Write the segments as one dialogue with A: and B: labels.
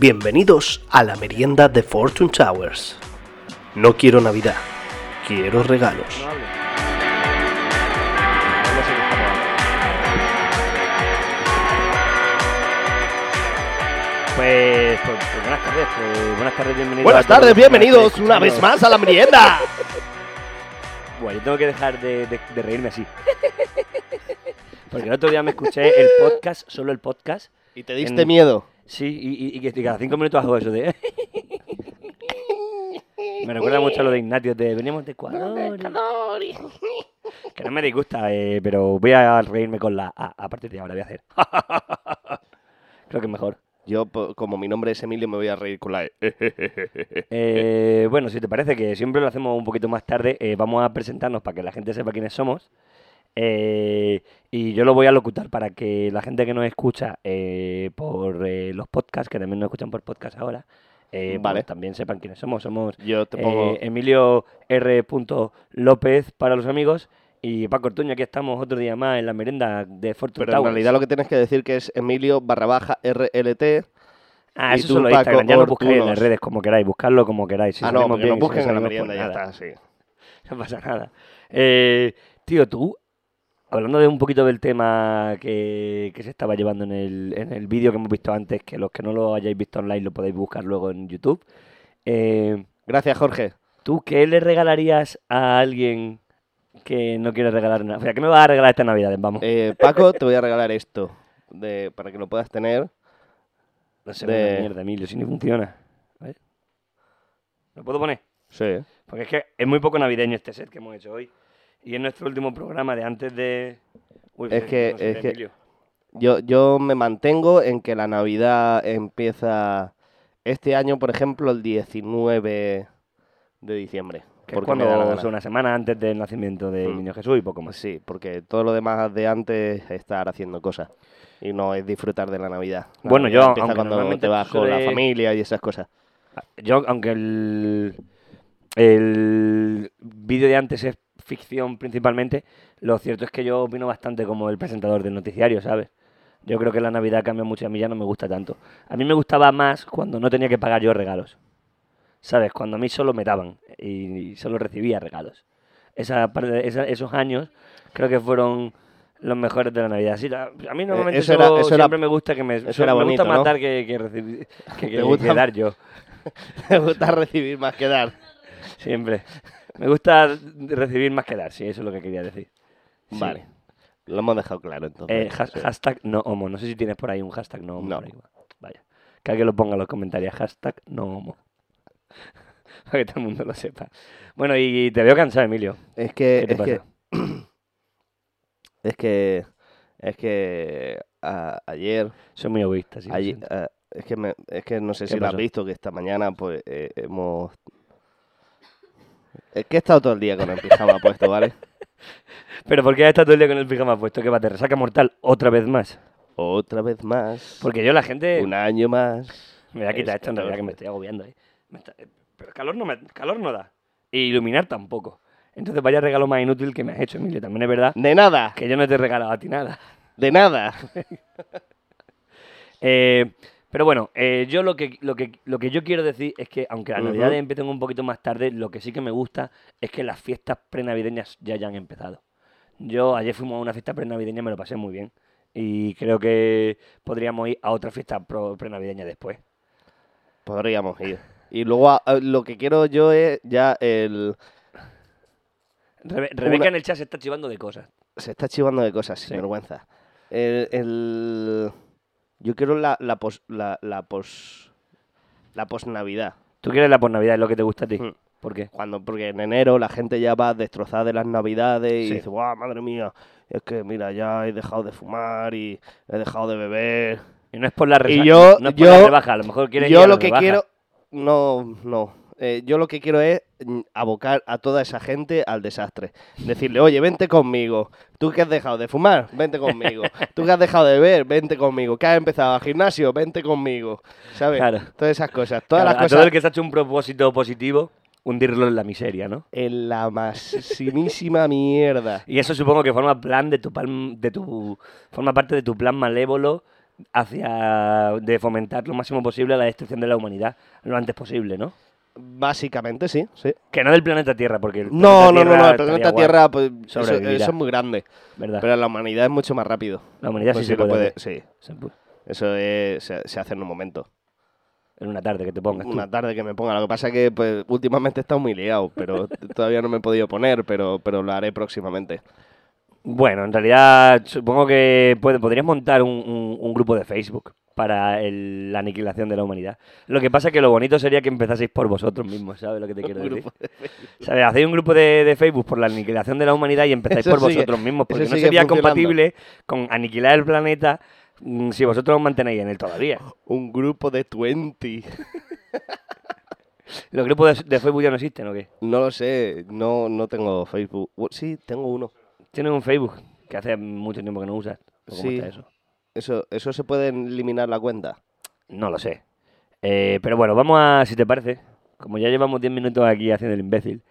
A: Bienvenidos a la merienda de Fortune Towers. No quiero Navidad, quiero regalos.
B: No hable. No sé qué está pasando. Pues, pues, pues buenas tardes, pues, buenas tardes, bienvenidos. a
A: Buenas
B: todos
A: tardes,
B: los que nos
A: bienvenidos
B: estáis
A: una vez
B: escuchando.
A: más a la merienda.
B: Bueno, yo tengo que dejar de, de- de reírme así. Porque el otro día me escuché el podcast, solo el podcast.
A: Y te
B: diste
A: miedo.
B: Sí, y, y- y que cada cinco minutos hago eso de. ¿eh? Me recuerda mucho a lo de Ignatius de venimos de Ecuador. Que no me disgusta, eh, pero voy a reírme con la A. A partir de ahora voy a hacer. Creo que es mejor.
A: Yo, po- como mi nombre es Emilio, me voy a reír con la E.
B: Eh, bueno, si te parece que siempre lo hacemos un poquito más tarde, eh, vamos a presentarnos para que la gente sepa quiénes somos. Eh, y yo lo voy a locutar para que la gente que nos escucha eh, por eh, los podcasts, que también nos escuchan por podcast ahora, eh, pues
A: Vale.
B: también sepan quiénes somos. Somos
A: Yo te
B: eh,
A: pongo.
B: Emilio R. López para los amigos y Paco Ortuño. Aquí estamos otro día más en la merienda de Fortune
A: pero en
B: Towers.
A: realidad lo que tienes que decir que es Emilio barra baja RLT.
B: Ah,
A: y
B: eso
A: tú,
B: solo
A: Paco
B: Instagram. Ya lo buscáis en las
A: Ortuños.
B: redes como queráis, buscarlo como queráis. Si
A: ah, no,
B: salimos
A: porque
B: bien y
A: lo
B: si no
A: busquen en la
B: salimos,
A: merienda,
B: pues
A: ya
B: nada.
A: está, sí.
B: No pasa nada. Eh, tío, tú, hablando de un poquito del tema que, que se estaba llevando en el, en el vídeo que hemos visto antes, que los que no lo hayáis visto online lo podéis buscar luego en YouTube. eh,
A: Gracias, Jorge.
B: ¿Tú qué le regalarías a alguien que no quiere regalar nada? O sea, ¿qué me vas a regalar esta Navidad? Vamos.
A: Eh, Paco, te voy a regalar esto de- para que lo puedas tener.
B: no sé,
A: de-
B: una mierda, Emilio, si ni funciona. A ver. ¿Lo puedo poner?
A: Sí.
B: Porque es que es muy poco navideño este set que hemos hecho hoy. Y es nuestro último programa de antes de... Uy,
A: Es que-
B: sé,
A: es que-
B: Emilio.
A: Yo, yo me mantengo en que la Navidad empieza este año, por ejemplo, el 19 de diciembre.
B: Que es
A: porque me
B: cuando
A: da la
B: o sea,
A: gana.
B: una semana antes del nacimiento del
A: Mm.
B: niño Jesús y poco más.
A: Sí, porque todo lo demás de antes es estar haciendo cosas y no es disfrutar de la Navidad. La
B: Bueno,
A: Navidad
B: yo,
A: empieza
B: aunque
A: cuando
B: normalmente
A: te vas
B: tú
A: con la
B: sueles-
A: familia y esas cosas.
B: Yo, aunque el, el vídeo de antes es ficción principalmente, lo cierto es que yo opino bastante como el presentador del noticiario, ¿sabes? Yo creo que la Navidad cambia mucho y a mí ya no me gusta tanto. A mí me gustaba más cuando no tenía que pagar yo regalos. ¿Sabes? Cuando a mí solo me daban y solo recibía regalos. Esa parte- esa- esos años creo que fueron los mejores de la Navidad. Sí, la- a mí normalmente
A: Eh, eso era-
B: solo-
A: eso era-
B: siempre me gusta que me,
A: eso era
B: me
A: bonito,
B: gusta
A: ¿no?
B: matar que, que recibir- que- que-
A: gusta-
B: que dar yo.
A: Me gusta recibir más que dar.
B: Siempre. Me gusta recibir más que dar, sí, eso es lo que quería decir. Sí.
A: Vale. Lo hemos dejado claro entonces.
B: Eh, has-
A: Sí.
B: Hashtag no homo. No sé si tienes por ahí un hashtag no homo.
A: No.
B: por ahí. Vaya. Que alguien lo ponga en los comentarios. Hashtag no homo. Para que todo el mundo lo sepa. Bueno, y te veo cansado, Emilio.
A: Es que,
B: ¿Qué te
A: es
B: pasa?
A: que, es que, es que a- ayer
B: Soy muy egoísta, sí. lo
A: Allí-
B: siento.
A: ah, es, que me- es que no sé
B: ¿Qué
A: si lo has
B: pasó?
A: visto, que esta mañana pues eh, hemos... Es que he estado todo el día con el pijama puesto, ¿vale?
B: Pero ¿por qué has estado todo el día con el pijama puesto? Que va, te resaca mortal otra vez más.
A: Otra vez más.
B: Porque yo la gente...
A: Un año más.
B: Me voy a quitar
A: Es
B: esto en realidad que me
A: catorce.
B: estoy agobiando. ¿eh? Me está- eh, Pero calor no, me- calor no da. Y iluminar tampoco. Entonces vaya regalo más inútil que me has hecho, Emilio. También es verdad
A: De nada,
B: que yo no te he regalado a ti nada.
A: de nada.
B: Eh, pero bueno, eh, yo lo que, lo, que, lo que yo quiero decir es que aunque las
A: Ujú.
B: navidades empiecen un poquito más tarde, lo que sí que me gusta es que las fiestas prenavideñas ya hayan empezado. Yo ayer fuimos a una fiesta prenavideña, me lo pasé muy bien. Y creo que podríamos ir a otra fiesta pro- prenavideña después.
A: Podríamos ir. Y luego ah, lo que quiero yo es ya el...
B: Rebe- Rebeca
A: Una-
B: en el chat se está chivando de cosas.
A: Se está chivando de cosas, sin
B: Sí.
A: vergüenza. El, el- Yo quiero la, la pos... La, la pos... La posnavidad.
B: Tú quieres la posnavidad, es lo que te gusta a ti.
A: Mm.
B: ¿Por qué?
A: Cuando, porque en enero la gente ya va destrozada de las navidades y
B: Sí.
A: dice, ¡guau, madre mía! Es que mira, ya he dejado de fumar y he dejado de beber.
B: Y no es por la rebaja.
A: Y yo-
B: no es por
A: yo-
B: la rebaja, a lo mejor quieres ir
A: Yo
B: a la
A: lo que
B: rebaja.
A: quiero. No, no. Eh, yo lo que quiero es mm, abocar a toda esa gente al desastre. Decirle, oye, vente conmigo. Tú que has dejado de fumar, vente conmigo. Tú que has dejado de beber, vente conmigo. Que has empezado al gimnasio, vente conmigo. ¿Sabes?
B: Claro.
A: Todas esas cosas. Todas
B: Claro, a
A: las
B: todo el
A: cosas
B: que se ha hecho un propósito positivo, hundirlo en la miseria, ¿no?
A: en la maximísima mierda.
B: Y eso supongo que forma plan de tu plan, de tu forma parte de tu plan malévolo hacia de fomentar lo máximo posible la destrucción de la humanidad lo antes posible, ¿no?
A: Básicamente sí, sí.
B: Que no del planeta Tierra, porque el
A: No, no, no, no, el
B: estaría
A: planeta
B: guay,
A: Tierra, pues, eso,
B: Sobrevivirá.
A: eso es muy grande.
B: ¿verdad?
A: Pero la humanidad es mucho más rápido.
B: la humanidad
A: Pues
B: sí se
A: lo
B: puede. hacer.
A: Sí,
B: Se pu-
A: eso es- se, se hace en un momento.
B: En una tarde que te pongas tú.
A: Una tarde que me ponga. Lo que pasa es que pues, últimamente he estado muy liado, pero t- todavía no me he podido poner, pero, pero lo haré próximamente.
B: Bueno, en realidad supongo que puede- podrías montar un, un- un grupo de Facebook para el- la aniquilación de la humanidad. Lo que pasa es que lo bonito sería que empezaseis por vosotros mismos, ¿sabes lo que te quiero
A: Un
B: decir?
A: grupo
B: ¿Sabes? Hacéis un grupo de, de Facebook por la aniquilación de la humanidad y empezáis
A: Eso
B: por
A: sigue-
B: vosotros mismos, porque
A: eso
B: no
A: sigue
B: sería
A: funcionando.
B: compatible con aniquilar el planeta mm, si vosotros os mantenéis en él todavía.
A: Un grupo de 20.
B: ¿Los grupos de, de Facebook ya no existen o qué?
A: No lo sé, no, no tengo Facebook. Bu- Sí, tengo uno.
B: Tienes un Facebook que hace mucho tiempo que no usas. ¿o cómo
A: Sí.
B: está eso?
A: Eso, eso se puede eliminar la cuenta.
B: No lo sé. Eh, pero bueno, vamos a, si te parece, como ya llevamos 10 minutos aquí haciendo el imbécil,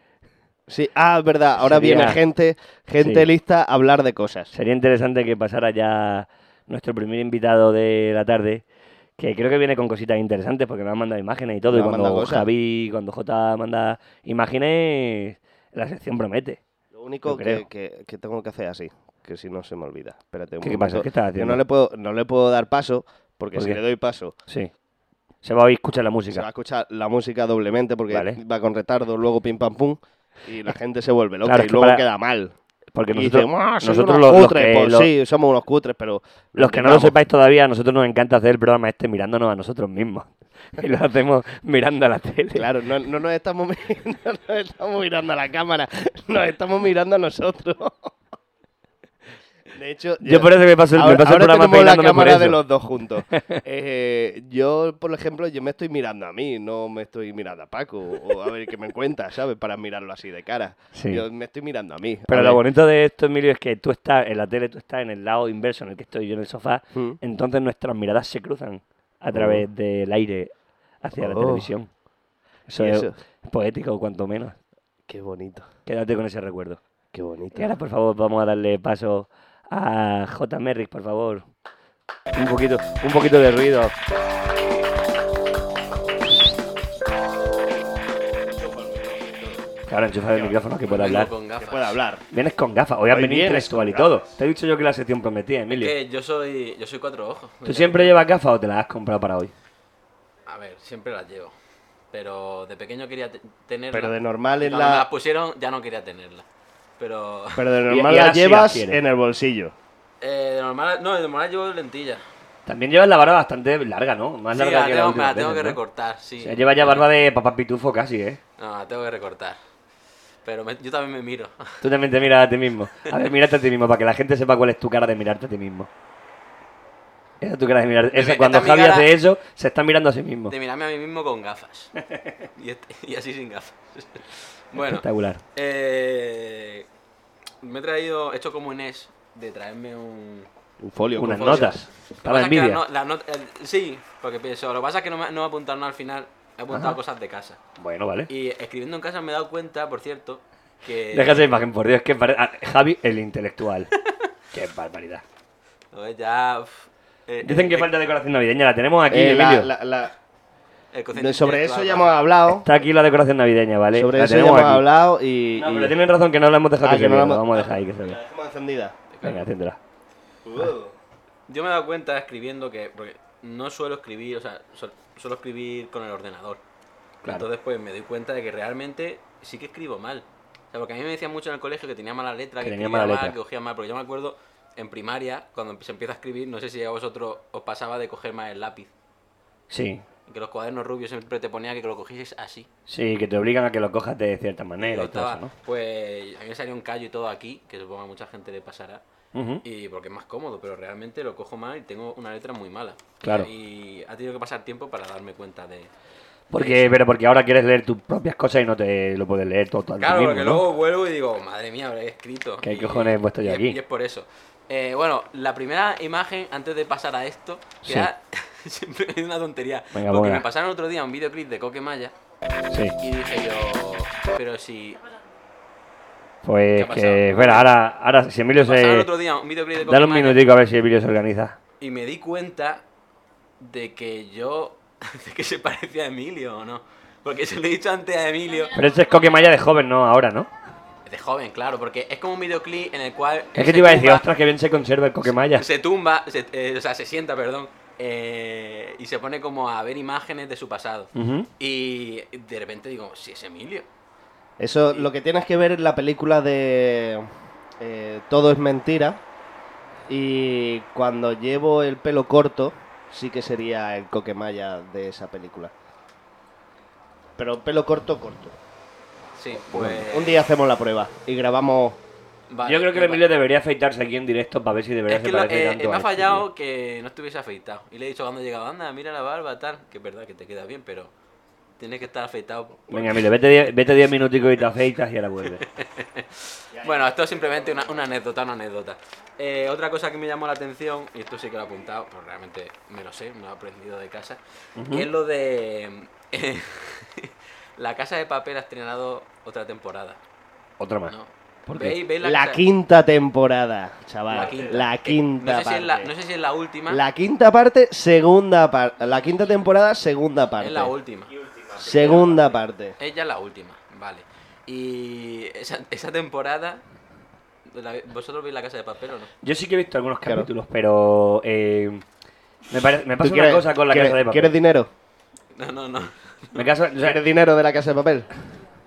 A: Sí, ah, es verdad, ahora
B: Sería-
A: viene gente, gente
B: sí.
A: lista a hablar de cosas.
B: sería interesante que pasara ya nuestro primer invitado de la tarde, que creo que viene con cositas interesantes porque nos ha mandado imágenes y todo.
A: Nos
B: y
A: ha
B: cuando
A: mandado cosas.
B: Javi, cuando J manda imágenes, la sección promete.
A: Lo único
B: Yo
A: que,
B: creo.
A: que- que tengo que hacer así, que si no se me olvida. Espérate un
B: ¿Qué, qué
A: momento.
B: pasa? ¿Qué estás
A: Que
B: haciendo?
A: no le puedo, no le puedo dar paso, porque
B: ¿Por
A: si
B: qué?
A: le doy paso,
B: Sí. Se va a oír escuchar la
A: se va a
B: música.
A: escuchar la música doblemente, porque
B: Vale. Eh,
A: va con retardo, luego pim pam pum, y la gente se vuelve loca
B: Claro, es
A: y
B: que
A: luego
B: para-
A: queda mal.
B: Porque
A: Y
B: nosotros,
A: dicen, "Ah, sois
B: nosotros
A: unos
B: los, los
A: cutres".
B: que,
A: Pues
B: lo-
A: sí, somos unos cutres, pero...
B: Los que no lo
A: intentamos.
B: sepáis todavía, a nosotros nos encanta hacer el programa este mirándonos a nosotros mismos. Y lo hacemos mirando a la tele.
A: Claro, no, no nos estamos, mi- no nos estamos mirando a la cámara, nos estamos mirando a nosotros. De hecho,
B: Yo por eso me paso, el- me
A: ahora,
B: paso el
A: ahora
B: programa
A: tenemos la
B: peinándome por
A: cámara
B: eso.
A: de los dos juntos. Eh, yo, por ejemplo, yo me estoy mirando a mí, no me estoy mirando a Paco o a ver qué me cuenta, ¿sabes? Para mirarlo así de cara.
B: Sí.
A: Yo me estoy mirando a mí. a
B: Pero
A: ver.
B: lo bonito de esto, Emilio, es que tú estás en la tele, tú estás en el lado inverso en el que estoy yo en el sofá.
A: Mm.
B: Entonces nuestras miradas se cruzan a través del aire hacia la
A: Oh.
B: televisión. Eso,
A: Y
B: es
A: eso,
B: poético, cuanto menos.
A: Qué bonito,
B: Quédate con ese recuerdo.
A: qué bonito.
B: Y ahora, por favor, vamos a darle paso a J. Merrick, por favor. Un poquito, un poquito de ruido. Claro, enchufa el micrófono que pueda hablar.
C: Vengo con
A: Que
C: gafas.
A: pueda hablar.
B: Vienes con gafas, hoy has
A: Hoy
B: venido
A: vienes
B: intelectual y
A: con gafas.
B: todo. Te he dicho yo que la sección prometía,
C: Es
B: Emilio.
C: que Eh, yo soy, yo soy cuatro ojos.
B: ¿Tú siempre llevas gafas o te las has comprado para hoy?
C: A ver, siempre las llevo. Pero de pequeño quería te- tenerla.
A: Pero de normal es
C: Cuando me las
A: la...
C: pusieron, ya no pues. quería tenerla. Pero
A: Pero de
B: y
A: normal
B: ahora
A: la
B: sí la
A: llevas
B: quieres.
A: en el bolsillo.
C: eh, de normal, no, de normal llevo lentillas.
B: También llevas la barba bastante larga, ¿no? Más
C: Sí,
B: larga
C: la
B: que
C: tengo,
B: última
C: me la tengo que
B: recortar.
C: recortar, sí.
B: lleva ya barba de papá pitufo casi, ¿eh?
C: No, la tengo que recortar. Pero me- yo también me miro.
B: Tú también te miras a ti mismo. A ver, mírate a ti mismo para que la gente sepa cuál es tu cara de mirarte a ti mismo. Esa es tu cara de mirar. Esa,
C: esta
B: cuando
C: es mi
B: Javi
C: cara-
B: hace eso, se está mirando a sí mismo.
C: De mirarme a mí mismo con gafas. Y, este- y así sin gafas. Bueno,
B: Espectacular.
C: eh, me he traído, he hecho como Inés, de traerme un,
A: Un folio.
B: Unas
A: con-
C: folio.
B: notas.
C: Lo
B: Para la
C: que pasa es que
B: envidia.
C: no- la not- el- sí, porque pienso, lo que pasa es que no me, no me he apuntado nada al final, he apuntado cosas de casa.
B: Bueno, vale.
C: Y eh, escribiendo en casa me he dado cuenta, por cierto, que...
B: Deja esa imagen, por Dios, que pare- ah, Javi, el intelectual. Qué barbaridad.
C: Lo ves, ya... uf, eh,
B: Dicen
C: eh,
B: que
C: eh,
B: falta decoración navideña. La tenemos aquí,
A: Eh, la-
B: Emilio.
A: la- la-
C: el cociente
A: Sobre eso
C: intelectual,
A: ya
C: ¿no?
A: hemos hablado.
B: Está aquí la decoración navideña, ¿vale?
A: Sobre
B: La
A: eso ya
B: tenemos
A: hemos
B: aquí.
A: hablado y...
B: No,
A: y-
B: pero tienen razón que no la hemos dejado
A: Ah,
B: que,
A: que
B: se
A: no
B: vea,
A: la hemos-
B: Vamos a dejar ahí que se
A: La
B: vea.
A: dejamos encendida.
B: Venga, enciéndela.
C: Yo me he dado cuenta escribiendo que... Porque no suelo escribir, o sea, suel- suelo escribir con el ordenador.
B: Claro.
C: Entonces pues me doy cuenta de que realmente sí que escribo mal. O sea, porque a mí me decían mucho en el colegio que tenía mala letra,
B: Que
C: que,
B: tenía
C: escribía
B: mala
C: mal,
B: letra.
C: que cogía mal, porque yo me acuerdo en primaria, cuando se empieza a escribir, no sé si a vosotros os pasaba de coger más el lápiz.
B: Sí,
C: Que los cuadernos rubios siempre te ponía que lo cogieses así.
B: sí, que te obligan a que lo cojas de cierta
C: Y
B: manera
C: yo
B: y todo
C: estaba-
B: eso,
C: Pues a mí me salió un callo y todo aquí, que supongo a mucha gente le pasará.
B: ¿no? Ujú.
C: Y porque es más cómodo, pero realmente lo cojo mal y tengo una letra muy mala.
B: Claro.
C: Y ha tenido que pasar tiempo para darme cuenta de.
B: Porque, pero porque ahora quieres leer tus propias cosas y no te lo puedes leer todo, todo a ti
C: Claro,
B: mismo,
C: porque
B: ¿no?
C: luego vuelvo y digo, madre mía, habré escrito.
B: ¿Qué
C: Y-
B: cojones he puesto yo
C: y es-
B: aquí?
C: Y es por eso. Eh, bueno, la primera imagen, antes de pasar a esto,
B: Sí.
C: que era- siempre es una tontería.
B: Venga,
C: porque
B: ponla.
C: me pasaron otro día un videoclip de Coquemaya
B: Sí,
C: y dije yo, pero si.
B: pues
C: ¿Qué
B: que,
C: ha pasado?
B: pues bueno, ahora, ahora si Emilio
C: Me pasaron
B: se...
C: otro día un videoclip de
B: Dale un
C: Coquemaya.
B: minutico a ver si Emilio se organiza.
C: Y me di cuenta de que yo. de que se parecía a Emilio o no. Porque se lo he dicho antes a Emilio.
B: Pero ese es Coquemaya de joven, ¿no? Ahora, ¿no?
C: De joven, claro, porque es como un videoclip en el cual.
B: Es
C: se
B: que te iba a decir,
C: tumba-
B: ostras, que bien se conserva el Coquemaya.
C: Se tumba, se- eh, o sea, se sienta, perdón. eh, y se pone como a ver imágenes de su pasado.
B: Ujú.
C: Y de repente digo, si es Emilio.
A: Eso, lo que tienes que ver es la película de eh, Todo es mentira. Y cuando llevo el pelo corto, sí que sería el coquemaya de esa película. Pero pelo corto, corto.
C: Sí, pues.
A: Un día hacemos la prueba y grabamos.
C: vale,
B: Yo creo que
C: me
B: el Emilio debería afeitarse aquí en directo para ver si de verdad
C: Es que
B: se
C: lo-
B: parece
C: eh,
B: tanto
C: me
B: a
C: ha
B: este,
C: fallado que no estuviese afeitado. Y le he dicho cuando he llegado, anda, mira la barba, tal. Que es verdad que te queda bien, pero tienes que estar afeitado.
B: tío. Venga, Emilio, vete 10 vete diez minuticos y te afeitas y ahora vuelves.
C: Bueno, esto es simplemente una, una anécdota, una anécdota. Eh, otra cosa que me llamó la atención, y esto sí que lo he apuntado, pero realmente me lo sé, me lo he aprendido de casa, que es lo de... eh, la Casa de Papel ha estrenado otra temporada.
B: Otra más.
C: ¿no?
B: ¿Por qué?
C: ¿Veis, veis
A: La,
C: la, Casa-
A: quinta temporada, chaval.
C: la
A: La
C: quinta.
A: quinta,
C: Eh, no sé si
A: parte.
C: es la, no sé si es la última.
A: La quinta parte, segunda parte. La quinta temporada, segunda parte.
C: Es la última.
A: Segunda parte.
C: Es ya la última, vale. Y esa, esa temporada... la- ¿Vosotros veis la casa de papel o no?
B: Yo sí que he visto algunos
A: Claro.
B: capítulos, pero eh, me, pare- me pasa
A: ¿Tú
B: una
A: quieres-
B: cosa con la
A: quieres-
B: casa de papel.
A: ¿Quieres dinero?
C: No, no, no.
B: Me casa- o sea,
A: ¿Quieres dinero de la casa de papel?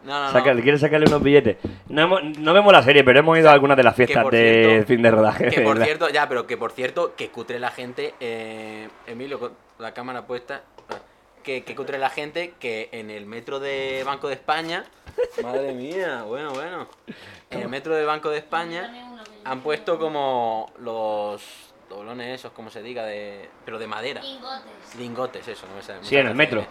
C: No, no,
B: saca-
C: no.
B: ¿Quieres sacarle unos billetes? No, hemos- no vemos la serie, pero hemos ido a algunas de las fiestas
C: por
B: de
C: cierto-
B: fin de rodaje.
C: Que por
B: ¿verdad?
C: cierto, ya, pero que por cierto, que cutre la gente, eh, Emilio, con la cámara puesta, que, que cutre la gente que en el metro de Banco de España, madre mía, bueno, bueno, en el metro de Banco de España han puesto como los doblones esos, como se diga, de pero de madera,
D: Lingotes.
C: lingotes, eso, no me sale.
B: Sí, en el metro.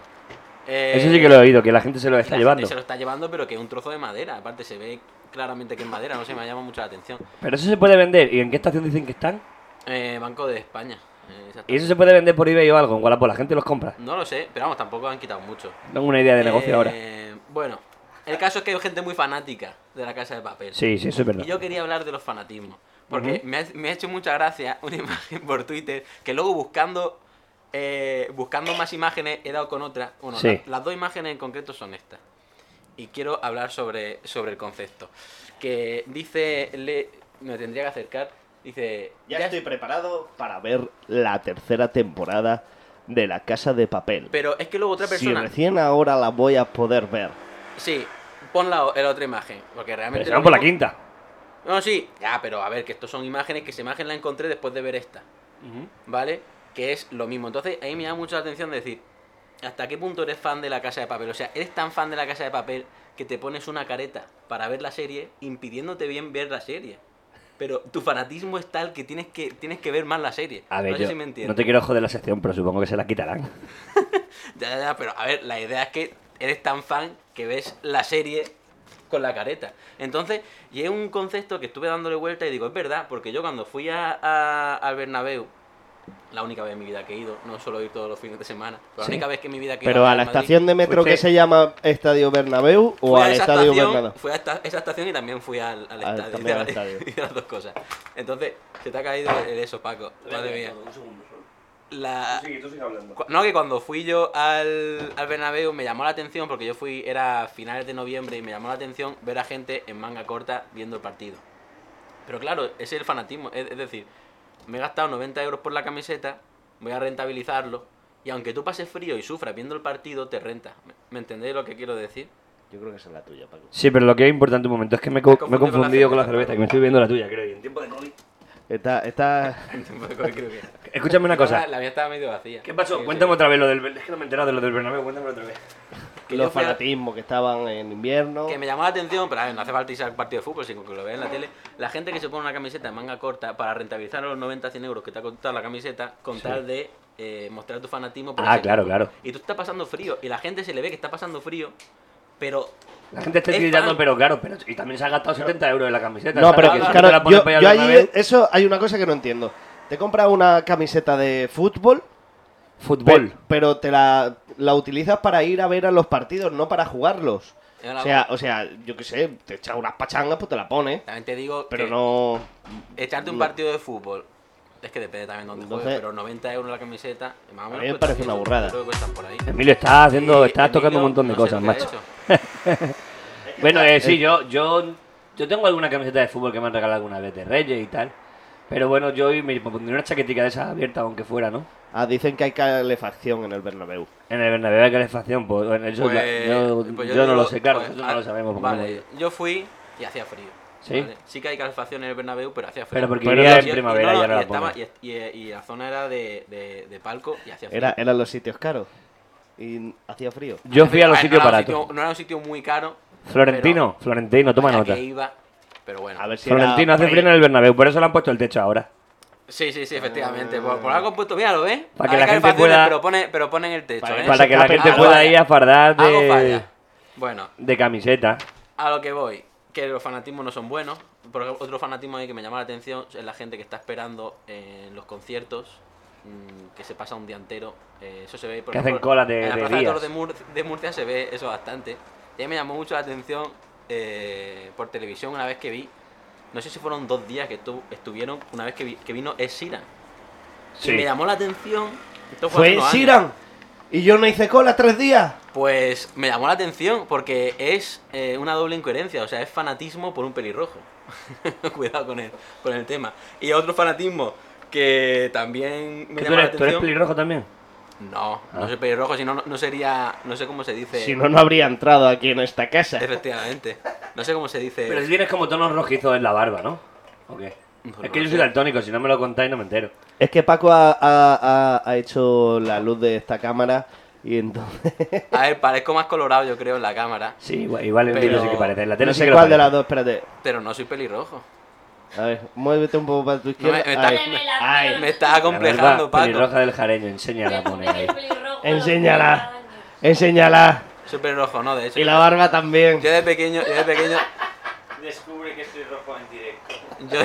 C: Eh,
B: Eso sí que lo he oído, que la gente se lo
C: y
B: está
C: la
B: llevando.
C: gente Se lo está llevando, pero que es un trozo de madera, aparte se ve claramente que es madera, no sé, me llama mucho la atención.
B: Pero eso se puede vender. ¿Y en qué estación dicen que están?
C: Eh, Banco de España. eh, exactamente.
B: ¿Y eso se puede vender por eBay o algo? En Wallapop, la gente los compra.
C: No lo sé, pero vamos, tampoco han quitado mucho.
B: Tengo una idea de negocio
C: Eh,
B: ahora.
C: Bueno, el caso es que hay gente muy fanática de la Casa de Papel.
B: Sí, sí, eso es verdad.
C: Y yo quería hablar de los fanatismos. Porque
B: Ujú.
C: me, ha, me ha hecho mucha gracia una imagen por Twitter que luego buscando eh, buscando más imágenes he dado con otra. Bueno,
B: Sí.
C: la- las dos imágenes en concreto son estas. Y quiero hablar sobre, sobre el concepto. Que dice, le, me tendría que acercar, dice...
A: Ya
C: "Ya
A: estoy preparado para ver la tercera temporada de La Casa de Papel.
C: Pero es que luego otra
A: si
C: persona...
A: recién ahora la voy a poder ver.
C: Sí, pon la, o- la otra imagen, porque
B: Pero
C: realmente...
B: se
C: lo
B: van por la
C: mismo-
B: quinta.
C: No, sí, ya, pero a ver, que estos son imágenes que esa imagen la encontré después de ver esta, ¿vale? Que es lo mismo. Entonces, ahí me llama mucho la atención decir, ¿hasta qué punto eres fan de la casa de papel? O sea, eres tan fan de la casa de papel que te pones una careta para ver la serie, impidiéndote bien ver la serie. Pero tu fanatismo es tal que tienes que, tienes que ver más la serie.
B: A ver,
C: no sé
B: yo
C: si me entiendes.
B: no te quiero joder la sección, pero supongo que se la quitarán.
C: Ya, ya, ya, pero a ver, la idea es que eres tan fan que ves la serie con la careta. Entonces, y es un concepto que estuve dándole vuelta y digo, es verdad, porque yo cuando fui a, a- al Bernabéu, la única vez en mi vida que he ido, no suelo ir todos los fines de semana, pero
B: Sí.
C: la única vez que en mi vida que he ido
A: Pero a
C: al
A: la
C: Madrid,
A: estación de metro que
B: Fuiste-
A: se llama Estadio Bernabéu o
C: fui a
A: al
C: esa
A: Estadio
C: estación-
A: Bernabéu.
C: Fui a esta- esa estación y también fui al, al
A: Al-
C: estadio.
A: también al
C: hice la-
A: estadio.
C: hice las dos cosas. Entonces, se te ha caído el eso, Paco. Madre mía. La, Cu- No, que cuando fui yo al, al Bernabéu me llamó la atención, porque yo fui, era a finales de noviembre, y me llamó la atención ver a gente en manga corta viendo el partido. Pero claro, ese es el fanatismo. Es, es decir, me he gastado 90 euros por la camiseta, voy a rentabilizarlo, y aunque tú pases frío y sufras viendo el partido, te renta. ¿Me- ¿Me entendéis lo que quiero decir?
A: Yo creo que esa es la tuya, Paco.
B: Sí, pero lo que es importante un momento es que me, he co-
C: Me
B: me he
C: confundí con la
B: confundido con la
C: cerveza.
B: cerveza, que me estoy viendo la tuya, creo. y en tiempo-
A: Está, está...
C: Tampoco pues, creo que-
B: Escúchame una cosa.
C: La, la mía estaba medio vacía.
B: ¿Qué pasó?
C: Sí,
B: Cuéntame
C: sí.
B: otra vez lo del... Es que no me he enterado de lo del Bernabéu, cuéntame otra vez.
C: Que yo
A: los
C: fui a-
A: fanatismos que estaban en invierno.
C: Que me llamó la atención, pero a ver, no hace falta irse al partido de fútbol, sino que lo veas en la tele. La gente que se pone una camiseta de manga corta para rentabilizar los 90-100 euros que te ha costado la camiseta, con tal de eh, mostrar tu fanatismo. por
B: Ah,
C: ese
B: claro,
C: equipo.
B: claro.
C: Y tú estás pasando frío, y la gente se le ve que está pasando frío, pero.
B: La gente está
C: Es
B: gritando,
C: fan.
B: pero claro, pero... Y también se ha gastado 70 euros en la camiseta.
A: No,
B: ¿sabes?
A: pero
B: Que si
A: claro,
B: te la pones
A: yo,
B: para ir
A: yo
B: al
A: allí-
B: Bernabéu,
A: eso hay una cosa que no entiendo. Te compras una camiseta de fútbol,
B: Fútbol.
A: pe- pero te la, la utilizas para ir a ver a los partidos, no para jugarlos.
C: Era
A: O sea, o sea, yo qué sé, te
C: Eh,
A: echas unas pachangas, pues te la pones.
C: También te digo
A: Pero
C: que
A: no.
C: echarte un
A: no.
C: partido de fútbol Es que depende también dónde
A: Entonces-
C: juegues, pero 90 euros la camiseta. Más o
A: A
C: menos
A: mí me
C: cuesta
A: parece una
C: 100,
A: burrada.
C: creo que cuestan por ahí.
B: Emilio, estás haciendo,
C: Y
B: estás
C: Emilio,
B: tocando un montón de
C: no sé
B: cosas,
C: lo que ha
B: macho.
C: hecho.
B: Bueno, eh, sí, yo, yo, yo tengo alguna camiseta de fútbol que me han regalado alguna vez de Reyes y tal. Pero bueno, yo hoy me pondría una chaquetica de esas abierta, aunque fuera, ¿no?
A: Ah, dicen que hay calefacción en el Bernabéu.
B: En el Bernabéu hay calefacción, pues bueno, eso es la- yo,
C: Pues- pues
B: yo
C: yo
B: no
C: digo-
B: lo sé, claro,
C: pues,
B: nosotros no
C: ah,
B: lo sabemos. porque no hemos
C: Vale,
B: ido.
C: yo fui y hacía frío.
B: ¿Sí?
C: ¿vale? Sí que hay calefacción en el Bernabéu, pero hacía frío.
B: Pero porque
A: Pero
B: iría
A: no-
B: en primavera y ya no
C: y,
B: la
C: estaba-
B: pongo.
C: y, y- y la zona era de, de- de palco y hacía frío.
A: Era, eran los sitios caros. Y hacía frío.
B: Yo fui a los
C: Ah, no
B: sitios
C: era un
B: baratos.
C: sitio- No era un sitio muy caro.
B: Florentino, Florentino,
C: pero
B: toma
C: vaya
B: nota.
C: que iba, pero bueno.
A: A ver si
B: Florentino
A: era
B: hace
A: pre-
B: frío en el Bernabéu, por eso le han puesto el techo ahora.
C: Sí, sí, sí, efectivamente. Por, por algo han puesto, mira, ¿lo ves?
B: Para que
C: Hay
B: la gente
C: calefacciones,
B: pueda-
C: Pero ponen, pero ponen el techo,
A: Para
C: ¿eh?
A: que-
B: Para que la
A: escape
B: gente
A: nada.
B: pueda ir a fardar
C: Hago
B: de,
C: falla. Bueno,
B: de camiseta.
C: a lo que voy. Que los fanatismos no son buenos. Por ejemplo, otro fanatismo ahí que me llama la atención es la gente que está esperando en los conciertos. mm, Que se pasa un día entero. Eh, eso se ve. Por
B: Que
C: ejemplo,
B: hacen colas de-
C: En la
B: de
C: plaza de
B: días.
C: toros de, Mur- de Murcia se ve eso bastante. Y a mí me llamó mucho la atención eh, por televisión una vez que vi. No sé si fueron dos días que estu- estuvieron. Una vez que, vi- que vino Ed Sheeran. Y me llamó la atención. esto fue hace
A: Fue
C: unos años.
A: Siran. Y yo no hice cola tres días.
C: Pues me llamó la atención porque es eh, una doble incoherencia, o sea, es fanatismo por un pelirrojo. Cuidado con el, con el tema. Y otro fanatismo que también me
B: ¿Que
C: llama
B: tú, eres,
C: la
B: tú eres
C: atención.
B: pelirrojo también?
C: no,
B: Ah.
C: no soy pelirrojo, si no, no- no sería, no sé cómo se dice.
A: Si no, no habría entrado aquí en esta casa.
C: Efectivamente, no sé cómo se dice.
B: Pero si tienes como tonos rojizos en la barba, ¿no? ¿O qué?
C: Pues
B: es
C: no
B: que yo
C: lo sé.
B: soy daltónico, si no me lo contáis no me entero.
A: Es que Paco ha, ha- ha- ha hecho la luz de esta cámara y entonces...
C: A ver, parezco más colorado, yo creo, en la cámara,
B: Sí, igual, igual en
C: Pero-
B: vídeo sí que parece. En la tele
A: No
B: sí que
A: sé
B: lo
A: cuál de
B: parece.
A: las dos, espérate.
C: pero no soy pelirrojo.
A: A ver, muévete un poco para tu
C: No, me,
A: izquierda.
C: me
A: Ahí.
C: está, me- me está
B: La barba
C: acomplejando, Paco.
B: pelirroja del jareño, enséñala, pone ahí.
A: Enséñala. Enséñala.
C: Soy pelirrojo, no, de hecho.
A: Y la barba también.
C: Yo de pequeño, yo de pequeño,
D: Descubre que estoy rojo en directo.
C: Yo...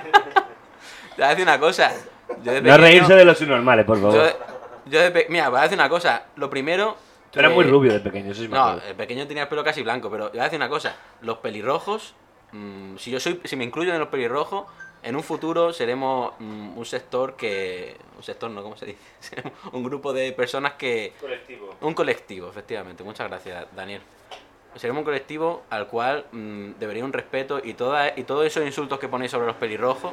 C: Te voy a decir una cosa. Yo de
B: No
C: pequeño-
B: reírse de los subnormales, por
C: Yo,
B: favor.
C: yo de pe- Mira, voy a decir una cosa. Lo primero.
B: Tú eras
C: que-
B: muy rubio de pequeño, eso sí me
C: No,
B: acuerdo.
C: el pequeño tenía el pelo casi blanco, pero voy a decir una cosa. Los pelirrojos. mm, si yo soy, si me incluyo en los pelirrojos, en un futuro seremos mm, un sector que. Un sector, no, ¿cómo se dice? Seremos un grupo de personas que.
D: Colectivo.
C: Un colectivo, efectivamente. Muchas gracias, Daniel. Seremos un colectivo al cual mm, debería un respeto y, toda, y todos esos insultos que ponéis sobre los pelirrojos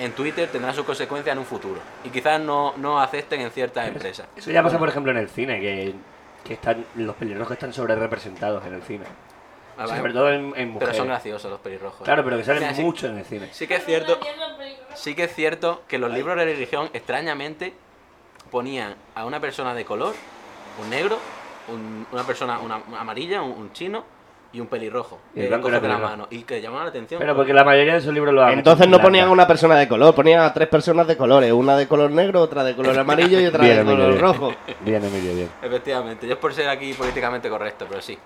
C: en Twitter tendrán sus consecuencias en un futuro. Y quizás no, no acepten en ciertas empresas.
B: Eso ya pasa, por ejemplo, en el cine, que, que están, los pelirrojos están sobre representados en el cine.
C: Ah, vale.
B: Sobre todo en, en
C: Pero
B: mujeres.
C: son graciosos los pelirrojos. ¿eh?
B: claro, pero que salen
C: Mira, sí-
B: mucho en el cine.
C: Sí que es cierto. Sí que es cierto que los libros de religión extrañamente ponían a una persona de color, un negro, un- una persona una, una amarilla, un, un chino y un pelirrojo.
B: Y el
C: eh,
B: blanco era
C: coge de la
B: pelirrojo.
C: mano. Y que llamaban la atención.
B: Pero porque la mayoría de esos libros lo hacen.
A: Entonces no ponían
B: una
A: una persona de color, ponían a tres personas de colores, una de color negro, otra de color amarillo y otra
B: Bien,
A: de
B: Emilio,
A: color
B: bien.
A: rojo.
B: Bien, Emilio, bien.
C: Efectivamente, yo es por ser aquí políticamente correcto, pero sí.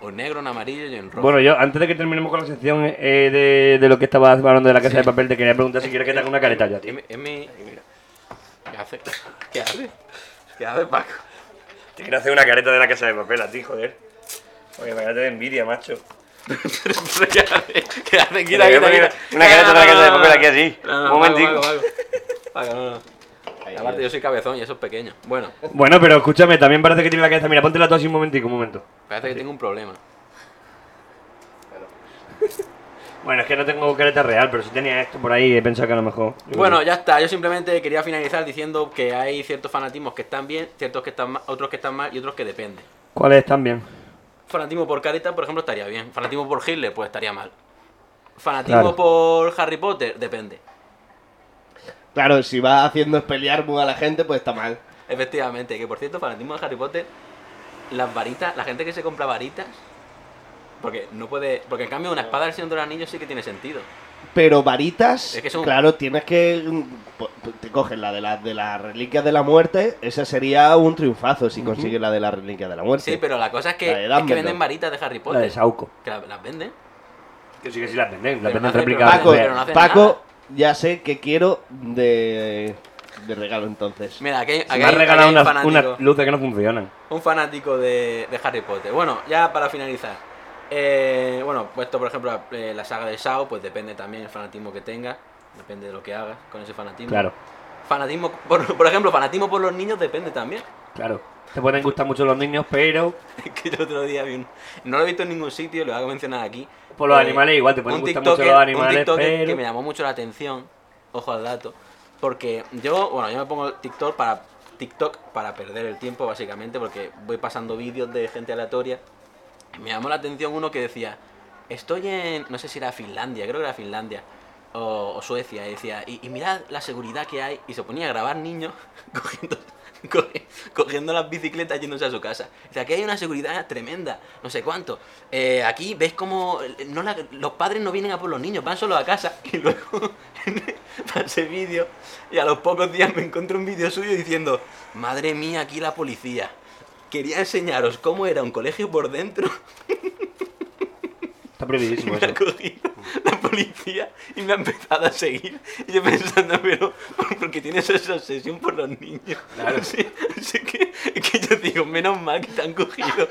C: Un negro, un amarillo y un rojo.
B: Bueno, yo antes de que terminemos con la sección eh, de, de lo que estaba hablando de la casa
C: Sí.
B: de papel, te quería preguntar si quieres que te haga una careta yo a ti.
C: Es mi- es mi- ¿Qué hace? ¿Qué hace? ¿Qué hace Paco?
B: Te quiero hacer una careta de la casa de papel a ti, joder. Oye, me de envidia, macho.
C: ¿Qué hace? ¿Qué hace?
B: Mira, mira, mira. Una careta de la Casa de Papel aquí así.
C: No, no,
B: Un
C: no,
B: momentico.
C: Paco, Paco, Paco. Paco, Ah, no, no. Aparte yo soy cabezón y eso es pequeño. Bueno,
B: Bueno, pero escúchame, también parece que tiene la cabeza. Mira, ponte la así un momentico, un momento.
C: parece que tengo un problema.
B: Bueno, es que no tengo careta real, pero si tenía esto por ahí, he pensado que a lo mejor.
C: Bueno, ya está. Yo simplemente quería finalizar diciendo que hay ciertos fanatismos que están bien, ciertos que están mal, otros que están mal y otros que dependen.
B: ¿Cuáles están bien?
C: Fanatismo por Carita, por ejemplo, estaría bien. Fanatismo por Hitler, pues estaría mal. Fanatismo
B: Claro.
C: por Harry Potter, depende.
A: Claro, si va haciendo pelear muy a la gente, pues está mal.
C: Efectivamente, que por cierto, fanatismo de Harry Potter, las varitas, la gente que se compra varitas, porque no puede. Porque en cambio, una espada del Señor de los Anillos sí que tiene sentido.
A: Pero varitas,
C: Es que son-
A: claro, tienes que... mm, po- po- Te coges la de las de las reliquias de la muerte, esa sería un triunfazo si consigues la de las reliquias de la muerte.
C: Sí, pero la cosa es que,
A: La de
C: es que
A: Dumbledore.
C: venden varitas de Harry
B: La
C: Potter.
B: de Sauco.
C: que la- las venden.
B: Que sí que sí las venden, las
C: Pero
B: venden
C: no hace-
B: replicadas.
A: Paco,
C: pero no hacen nada.
A: Paco, ya sé que quiero de, de regalo entonces.
C: Mira, aquí, hay- aquí
B: Se me has
C: hay-
B: regalado
C: aquí hay un
B: unas,
C: fanático,
B: unas luces que no funcionan.
C: un fanático de, de Harry Potter. Bueno, ya para finalizar. eh, bueno, puesto por ejemplo eh, la saga de Sao, pues depende también el fanatismo que tenga. Depende de lo que hagas con ese fanatismo.
B: Claro,
C: Fanatismo, por, por ejemplo, fanatismo por los niños depende también.
B: claro. Te pueden gustar mucho los niños, pero
C: que el otro día vi un... No lo he visto en ningún sitio, lo hago mencionar aquí.
B: por los
C: Eh,
B: animales igual te pueden
C: un
B: gustar
C: TikToker,
B: mucho los
C: un
B: animales,
C: TikToker que
B: pero...
C: me llamó mucho la atención, ojo al dato, porque yo, bueno, yo me pongo el TikTok para TikTok para perder el tiempo básicamente, porque voy pasando vídeos de gente aleatoria. Me llamó la atención uno que decía, estoy en, no sé si era Finlandia, creo que era Finlandia o, o Suecia, y decía, y, y mirad la seguridad que hay, y se ponía a grabar niños cogiendo, coge- cogiendo las bicicletas yéndose a su casa. O sea, aquí hay una seguridad tremenda, no sé cuánto. Eh, aquí veis como no la- los padres no vienen a por los niños, van solo a casa, y luego pasé vídeo, y a los pocos días me encontré un vídeo suyo diciendo, madre mía, aquí la policía. Quería enseñaros cómo era un colegio por dentro
B: Está prohibidísimo
C: me
B: eso.
C: ha cogido la policía y me ha empezado a seguir. Y yo pensando, pero, ¿por qué tienes esa obsesión por los niños?
B: Claro.
C: Así, así que, que yo digo, menos mal que te han cogido.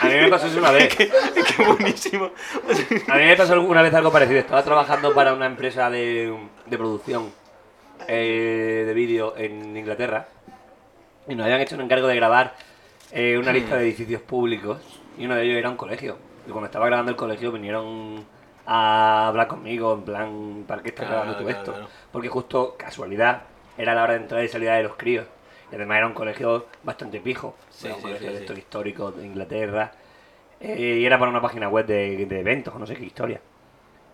B: A mí me pasó eso una vez.
C: que, que buenísimo.
B: A mí me pasó alguna vez algo parecido. Estaba trabajando para una empresa de, de producción eh, de vídeo en Inglaterra y nos habían hecho un encargo de grabar eh, una lista de edificios públicos y uno de ellos era un colegio. Y cuando estaba grabando el colegio vinieron a hablar conmigo en plan, ¿para qué estás
C: Claro,
B: grabando tú
C: claro,
B: esto?
C: claro.
B: Porque justo, casualidad, era la hora de entrada y salida de los críos. Y además era un colegio bastante pijo.
C: Sí,
B: Era un
C: sí,
B: colegio
C: sí,
B: de
C: sí.
B: estos históricos de Inglaterra. Eh, y era para una página web de, de eventos, no sé qué historia.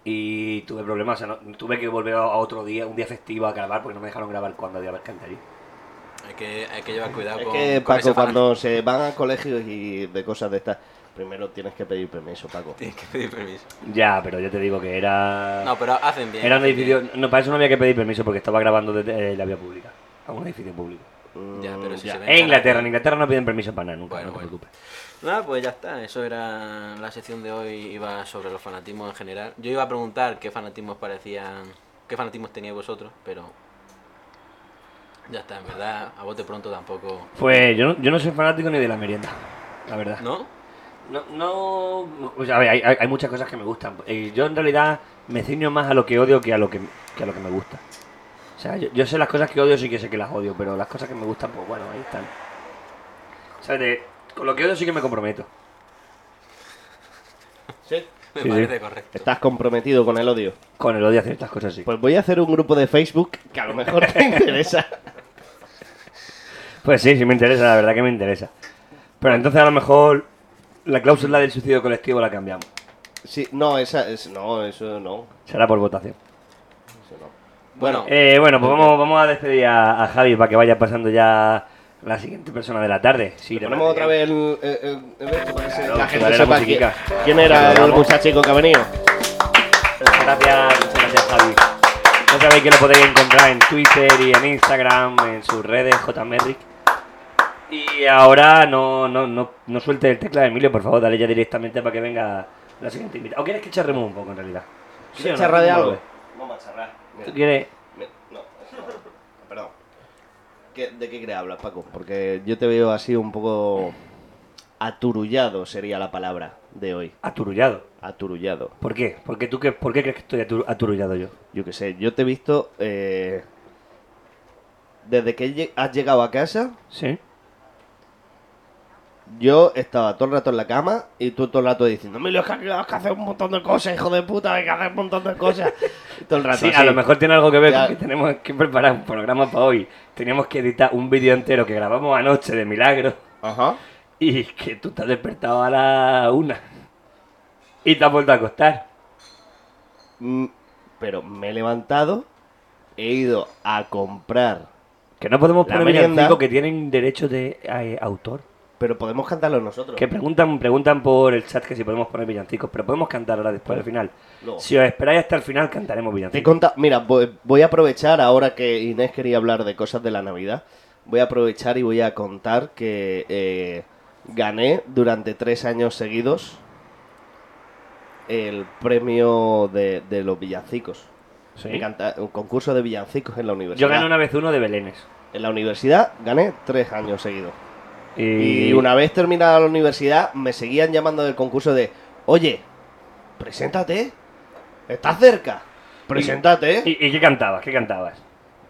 B: Y tuve problemas, o sea, no- tuve que volver a otro día, un día festivo a grabar porque no me dejaron grabar cuando había gente allí.
C: Hay que, hay que llevar cuidado
A: Es
C: con,
A: que,
C: con
A: Paco,
C: ese fan.
A: cuando se van a colegios y de cosas de estas, primero tienes que pedir permiso, Paco.
C: Tienes que pedir permiso.
B: Ya, pero yo te digo que era.
C: No, pero hacen bien.
B: era un
C: hacen bien.
B: edificio. No, para eso no había que pedir permiso porque estaba grabando desde eh, la vía pública. A un edificio público.
C: Ya, pero
A: Mm,
C: si
A: ya.
C: se ve.
B: En Inglaterra, en Inglaterra no piden permiso para nada nunca,
C: Bueno,
B: no te
C: bueno.
B: preocupes.
C: Nada, pues ya está. Eso era la sección de hoy. Iba sobre los fanatismos en general. Yo iba a preguntar qué fanatismos parecían. qué fanatismos teníais vosotros, pero. Ya está, en verdad, a bote pronto tampoco.
B: Pues yo no, yo no soy fanático ni de la merienda, la verdad.
C: ¿No?
B: No, no- o sea, a ver, hay, hay- hay muchas cosas que me gustan. Eh, yo en realidad me ciño más a lo que odio que a lo que, que a lo que me gusta. O sea, yo, yo sé las cosas que odio, sí que sé que las odio, pero las cosas que me gustan, pues bueno, ahí están. O sea, de- con lo que odio sí que me comprometo.
C: Me
B: Sí, sí.
C: parece correcto.
A: Estás comprometido con el odio.
B: Con el odio a ciertas cosas sí. Pues,
A: Pues voy a hacer un grupo de Facebook que a lo mejor te interesa.
B: Pues sí, sí me interesa, la verdad que me interesa. Pero entonces a lo mejor la cláusula del suicidio colectivo la cambiamos.
A: Sí, no, esa es, no, eso no.
B: Será por votación.
A: eso no.
C: Bueno,
B: Eh, bueno, pues vamos, vamos a despedir a, a Javi para que vaya pasando ya la siguiente persona de la tarde. Sí,
A: Le
B: de
A: ponemos
B: Madrid.
A: otra vez el, el- el- el esto para que se- la gente
B: dale la
A: sepa quién,
B: musiquita.
A: quién era el
B: Vamos.
A: muchachico que ha venido.
B: Muchas gracias, muchas gracias Javi. Ya sabéis que lo podéis encontrar en Twitter y en Instagram, en sus redes, JMerrick. Y ahora no, no, no, no suelte el tecla de Emilio, por favor, dale ya directamente para que venga la siguiente invitada. ¿O quieres que charremos un poco en realidad? ¿Sí o
A: ¿Quieres
B: no?
A: charrar de
B: ¿Cómo lo
A: algo?
B: ves?
A: Vamos a charrar.
B: ¿Tú quieres?
A: Me- No, eso no. perdón. ¿Qué- ¿De qué crees hablas, Paco? Porque yo te veo así un poco aturullado sería la palabra de hoy.
B: Aturullado.
A: Aturullado.
B: ¿Por qué? ¿Por qué, tú, qué- ¿Por qué crees que estoy atu- aturullado yo?
A: Yo qué sé, yo te he visto eh, desde que lle- has llegado a casa,
B: ¿Sí?
A: yo estaba todo el rato en la cama y tú todo el rato diciendo, Emilio, es que has que hacer un montón de cosas, hijo de puta, hay que hacer un montón de cosas. todo el rato
B: Ah, Sí, a
A: así.
B: lo mejor tiene algo que ver
A: Ya.
B: con que tenemos que preparar un programa para hoy. Teníamos que editar un vídeo entero que grabamos anoche de milagro.
A: Ajá.
B: Y que tú te has despertado a la una. Y te has vuelto a acostar.
A: Mm, Pero me he levantado, he ido a comprar.
B: Que no podemos
A: La
B: poner
A: merienda.
B: villancicos que tienen derecho de eh, autor.
A: Pero podemos cantarlo nosotros.
B: Que preguntan, preguntan por el chat que si podemos poner villancicos, pero podemos cantar ahora después del final.
A: Luego.
B: Si os esperáis hasta el final, cantaremos
A: Te he
B: villancicos.
A: conta- mira, voy, voy a aprovechar ahora que Inés quería hablar de cosas de la Navidad. Voy a aprovechar y voy a contar que eh, gané durante tres años seguidos el premio de, de los villancicos.
B: Sí.
A: Me encanta- un concurso de villancicos en la
B: Yo
A: universidad.
B: gané una vez uno de Belénes.
A: En la universidad gané tres años seguidos.
B: Y,
A: Y una vez terminada la universidad, me seguían llamando del concurso de, oye, preséntate, estás cerca, Preséntate, ¿eh?
B: ¿Y, y qué cantabas? ¿Qué cantabas?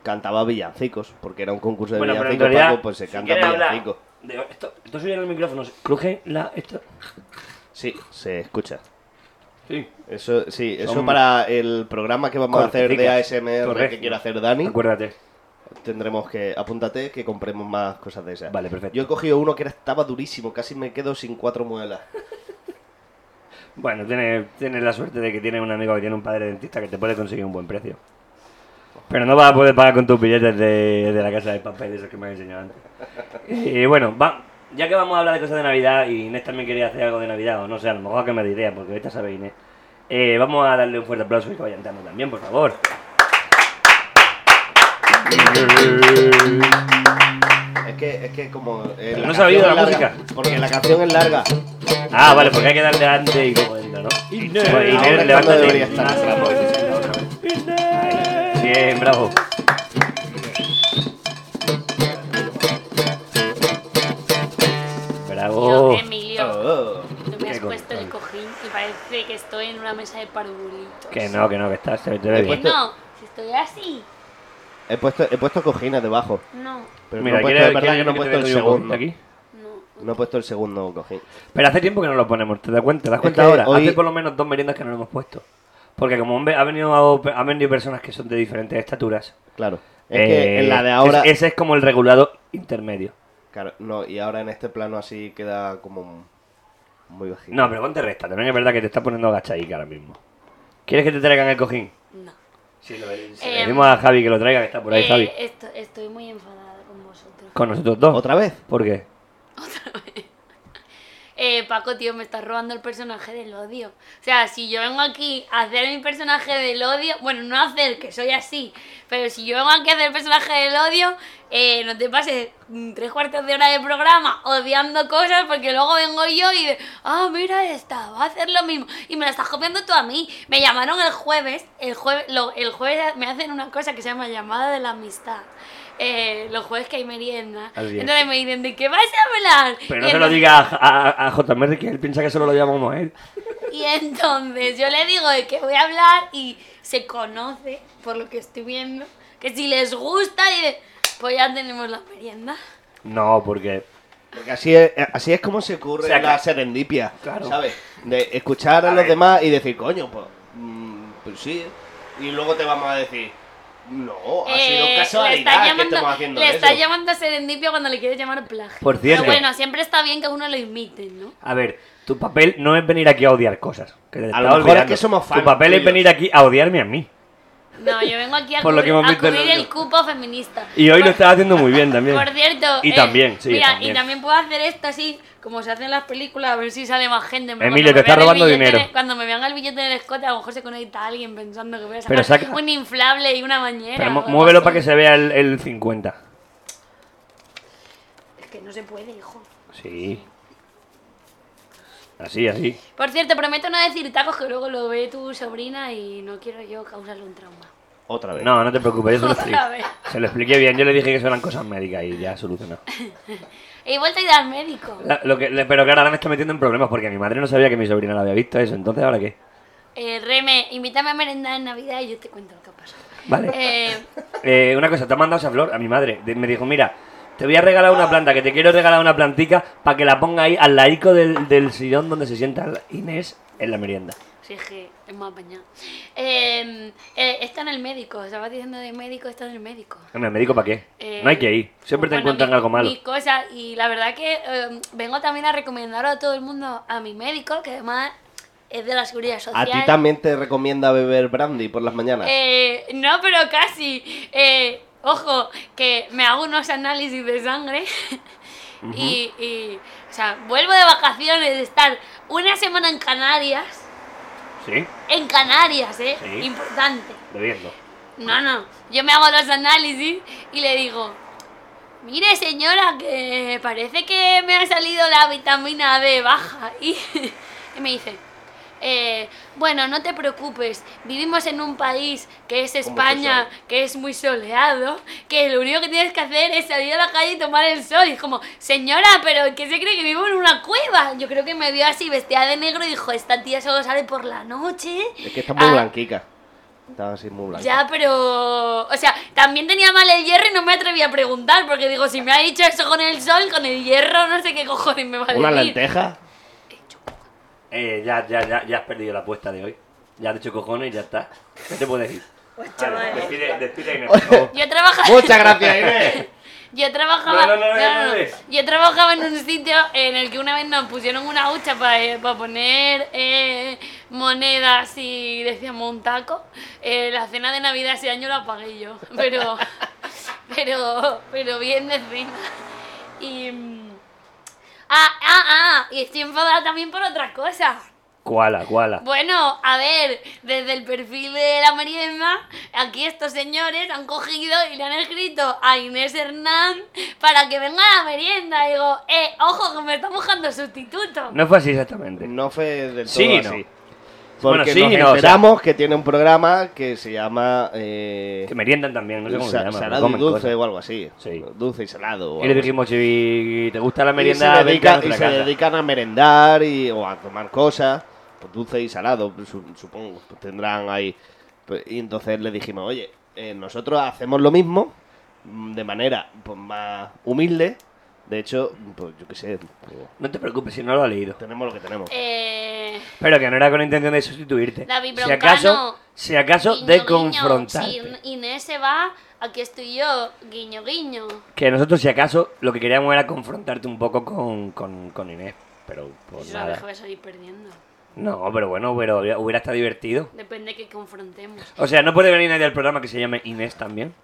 A: Cantaba villancicos, porque era un concurso de
B: Bueno, pero en
A: villancicos,
B: realidad,
A: Paco, pues se
B: si
A: canta
B: quieres hablar
A: villancicos.
B: de- esto, esto suena en el micrófono. Cruje la. Esto.
A: Sí, se escucha.
B: Sí.
A: Eso, sí, eso
B: Son-
A: para el programa que vamos a hacer de
B: Corticas.
A: ASMR
B: Correcto.
A: que quiere hacer Dani,
B: Acuérdate.
A: tendremos que, apúntate, que compremos más cosas de esas.
B: Vale, perfecto.
A: Yo he cogido uno que era- estaba durísimo, casi me quedo sin cuatro muelas.
B: Bueno, tienes tiene la suerte de que tienes un amigo que tiene un padre dentista que te puede conseguir un buen precio. Pero no vas a poder pagar con tus billetes de, de la casa de papel, de esos que me has enseñado antes. Y bueno, va, ya que vamos a hablar de cosas de Navidad, y Inés también quería hacer algo de Navidad, o no sé, a lo mejor que me diría, porque ahorita sabe Inés. Eh, vamos a darle un fuerte aplauso y que vayan entrando también, por favor.
A: Es que, es que como... eh,
B: no se ha oído
A: canción
B: la
A: es larga,
B: música.
A: Porque la canción es larga.
B: Ah, vale, porque hay que darle antes y luego dentro, ¿no? Inés,
A: Ahora es cuando
B: Inés levántate.
A: debería estar.
B: Bien, bravo. Bravo.
E: Yo, Emilio,
A: Oh.
E: tú me
B: Qué
E: has
B: con-
E: puesto el cojín y parece que estoy en una mesa de parvulitos.
B: Que no, que no, que estás, se te ve
A: He
E: Que
B: bien.
A: puesto-
E: no, si estoy así,
A: He, puesto, he puesto cojines debajo.
E: no,
A: Pero no he puesto, es verdad que no he puesto el segundo.
B: Aquí?
E: no.
A: No he puesto el segundo cojín.
B: Pero hace tiempo que no lo ponemos, ¿te das cuenta? ¿Te das
A: Es
B: cuenta
A: que
B: ahora?
A: hoy-
B: Hace por lo menos dos meriendas que no lo hemos puesto. Porque como han ve- ha venido, a- han venido personas que son de diferentes estaturas.
A: Claro. Es que en la de ahora...
B: Eh, es- ese es como el regulado intermedio.
A: Claro, no, y ahora en este plano así queda como un- muy bajito.
B: No, pero ponte resta, también es verdad que te está poniendo agachadica ahora mismo. ¿Quieres que te traigan el cojín?
E: no.
B: Sí, lo
E: se lo Eh,
B: Decimos a Javi que lo traiga, que está por ahí,
E: Eh,
B: Javi.
E: esto- estoy muy enfadada con vosotros.
B: Con nosotros dos.
A: ¿Otra vez?
B: ¿Por qué?
E: Eh, Paco, tío, me estás robando el personaje del odio. O sea, si yo vengo aquí a hacer mi personaje del odio, bueno, no hacer, que soy así, pero si yo vengo aquí a hacer el personaje del odio, eh, no te pases mm, tres cuartos de hora de programa odiando cosas porque luego vengo yo y de, ah, mira esta, va a hacer lo mismo. Y me la estás copiando tú a mí. Me llamaron el jueves, el jueves, lo- el jueves me hacen una cosa que se llama llamada de la amistad. Eh, los jueves que hay merienda.
B: Así es.
E: Entonces me dicen, ¿de qué vas a hablar?
B: Pero
E: Y
B: no se lo
E: entonces-
B: diga a, a, a J. Merry, que él piensa que solo lo llamamos a él.
E: Y entonces yo le digo de qué voy a hablar y se conoce, por lo que estoy viendo, que si les gusta, dice, pues ya tenemos la merienda.
B: No, porque.
A: Porque así es, así es como se ocurre
B: O sea,
A: la
B: que-
A: serendipia,
B: Claro.
A: ¿sabes? De escuchar a, los
B: ver.
A: demás y decir, coño, pues, mm, pues sí. Y luego te vamos a decir, no, Oh, ha sido
E: Eh,
A: casualidad que estamos haciendo
E: le
A: eso.
E: está llamando serendipia cuando le quieres llamar plagio.
B: Por cierto.
E: Pero bueno, siempre está bien que a uno lo imiten, ¿no?
B: A ver, tu papel no es venir aquí a odiar cosas. Que te
A: A
B: estás
A: lo mejor es
B: olvidando.
A: que somos fans
B: Tu papel es
A: tuyos.
B: venir aquí a odiarme a mí.
E: No, yo vengo aquí a,
B: Por lo que
E: cubrir-
B: hemos
E: a
B: visto en el
E: cubrir el
B: otro.
E: cupo feminista.
B: Y hoy lo
E: Por-
B: estás haciendo muy bien también.
E: Por cierto.
B: Y
E: eh,
B: también, sí,
E: Mira,
B: también.
E: y también puedo hacer esto así, como se hace en las películas, a ver si sale más gente. Cuando
B: Emilio,
E: me
B: te estás
E: vean el
B: robando
E: billete en el-
B: dinero.
E: cuando me vean el billete en el escote, a lo mejor se conecta alguien pensando que voy a sacar
B: Pero saca-
E: un inflable y una bañera.
B: Pero
E: o
B: mo-
E: algo
B: muévelo
E: así.
B: para que se vea el, el 50.
E: Es que no se puede, hijo.
B: Sí. Así, así.
E: Por cierto, prometo no decir tacos que luego lo ve tu sobrina y no quiero yo causarle un trauma.
A: Otra vez.
B: Pues No, no te preocupes, yo se lo expliqué.
E: Otra vez.
B: Se lo expliqué bien, yo le dije que eso eran cosas médicas y ya solucionó.
E: He vuelto a ir al médico.
B: La- lo que, le- pero que ahora me estoy metiendo en problemas porque mi madre no sabía que mi sobrina la había visto eso, entonces ahora qué.
E: Eh, Reme, invítame a merendar en Navidad y yo te cuento lo que ha pasado.
B: Vale.
E: Eh,
B: Eh, una cosa, te ha mandado esa flor a mi madre. De- Me dijo, mira, te voy a regalar una planta, que te quiero regalar una plantica para que la ponga ahí al laico del, del sillón donde se sienta la- Inés en la merienda.
E: Sí, es que es más apañado. Eh, eh, está en el médico, estabas diciendo de médico, está en el médico.
B: Hombre, ¿Me dijo para qué?
E: Eh,
B: no hay que ir. Siempre te
E: bueno,
B: encuentran
E: mi-
B: algo malo.
E: Mis cosas, y la verdad que eh, vengo también a recomendar a todo el mundo a mi médico, que además es de la seguridad
A: ¿A
E: social.
A: ti también te recomienda beber brandy por las mañanas?
E: Eh, no, pero casi. Eh, ojo, que me hago unos análisis de sangre. y, y, o sea, vuelvo de vacaciones, de estar una semana en Canarias.
B: Sí,
E: En Canarias, ¿eh?
B: Sí.
E: Importante.
B: bebiendo.
E: No, no. Yo me hago los análisis y le digo, mire señora, que parece que me ha salido la vitamina D baja. Y, y me dice, "Eh, bueno, no te preocupes, vivimos en un país que
A: ¿Cómo
E: es
A: que
E: España,
A: sabe?
E: que es muy soleado, que lo único que tienes que hacer es salir a la calle y tomar el sol. Y es como, señora, pero ¿qué se cree que vivo en una cueva? Yo creo que me vio así vestida de negro y dijo, esta tía solo sale por la noche.
A: Es que está muy
E: Ah.
A: blanquica. Estaba así muy blanco.
E: Ya, pero. O sea, también tenía mal el hierro y no me atreví a preguntar, porque digo, si me ha dicho eso con el sol, con el hierro, no sé qué cojones me va a
A: ¿Una
E: decir.
A: lenteja?
B: Eh, ya, ya, ya, ya has perdido la apuesta de hoy. Ya has hecho cojones y ya está. ¿Qué te puedes decir?
E: Pues,
B: Vale,
E: chaval.
B: despide, despide Inés, por favor.
E: Yo trabajaba.
A: Muchas gracias, Inés.
E: Yo trabajaba,
B: No, no, no, no,
E: no, no,
B: no,
E: no.
B: no.
E: Yo trabajaba en un sitio en el que una vez nos pusieron una hucha para poner eh, monedas y decíamos un taco. Eh, la cena de Navidad ese año la pagué yo, pero, pero, pero bien de cena. Y, mm, ah, ah, ah, y estoy enfadada también por otras cosas.
B: Koala, koala.
E: Bueno, a ver, desde el perfil de la merienda, aquí estos señores han cogido y le han escrito a Inés Hernán para que venga a la merienda. Y digo, eh, ojo, que me está buscando sustituto.
B: No fue así exactamente.
A: No fue del todo
B: Sí y no.
A: así.
B: Bueno,
A: Porque
B: sí
A: nos
B: y no, o sea-
A: enteramos que tiene un programa que se llama... Eh,
B: Que meriendan también, no sé cómo se
A: sa-
B: llama.
A: salado y
B: comen
A: dulce
B: cosas.
A: o algo así.
B: Sí.
A: Dulce y salado. o
B: Y le
A: algo
B: dijimos, si te gusta la
A: así.
B: merienda,
A: y se,
B: vente a
A: dedica-
B: nuestra
A: y se
B: casa.
A: dedican a merendar y, o a tomar cosas, pues, dulce y salado, pues, su- supongo, pues, tendrán ahí. Pues, y entonces le dijimos, oye, eh, nosotros hacemos lo mismo, mm, de manera pues, más humilde. De hecho, pues yo qué sé, pues,
B: No te preocupes si no lo ha leído.
A: tenemos lo que tenemos.
E: Eh,
B: Pero que no era con la intención de sustituirte.
E: David
B: si
E: Broncano.
B: acaso, si acaso
E: guiño,
B: de
E: guiño,
B: confrontarte.
E: si In- Inés se va, aquí estoy yo, guiño, guiño.
B: Que nosotros, si acaso, lo que queríamos era confrontarte un poco con, con, con Inés. Pero por
E: Yo sabes
B: Pues nada.
E: que voy a salir perdiendo.
B: No, pero bueno, pero hubiera- hubiera estado divertido.
E: Depende de que confrontemos,
B: O sea, no puede venir nadie al programa que se llame Inés también.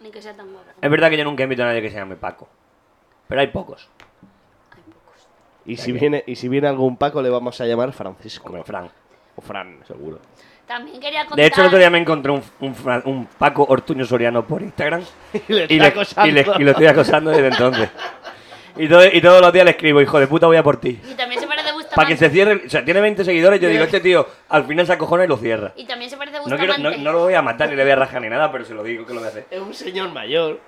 E: ni que sea tan guapo.
B: Es verdad que yo nunca invito a nadie que se llame Paco. Pero hay pocos.
E: Hay pocos.
A: Y si, viene, y si viene algún Paco, le vamos a llamar Francisco.
B: Como el Fran.
A: O Fran, seguro.
E: También quería contar.
B: De hecho, el otro día me encontré un, un Fran- un Paco Ortuño Soriano por Instagram.
A: Y le
B: Y, le- y le- y lo estoy acosando desde entonces. Y, todo- y todos los días le escribo, hijo de puta, voy a por ti.
E: Y también se parece a Bustamante.
B: Para que se cierre. O sea, tiene 20 seguidores. Yo digo, este tío al final se acojona y lo cierra.
E: Y también se parece a
B: No,
E: Bustamante.
B: quiero, no, no lo voy a matar ni le voy a rajar ni nada, pero se lo digo que lo voy a hacer.
A: Es un señor mayor.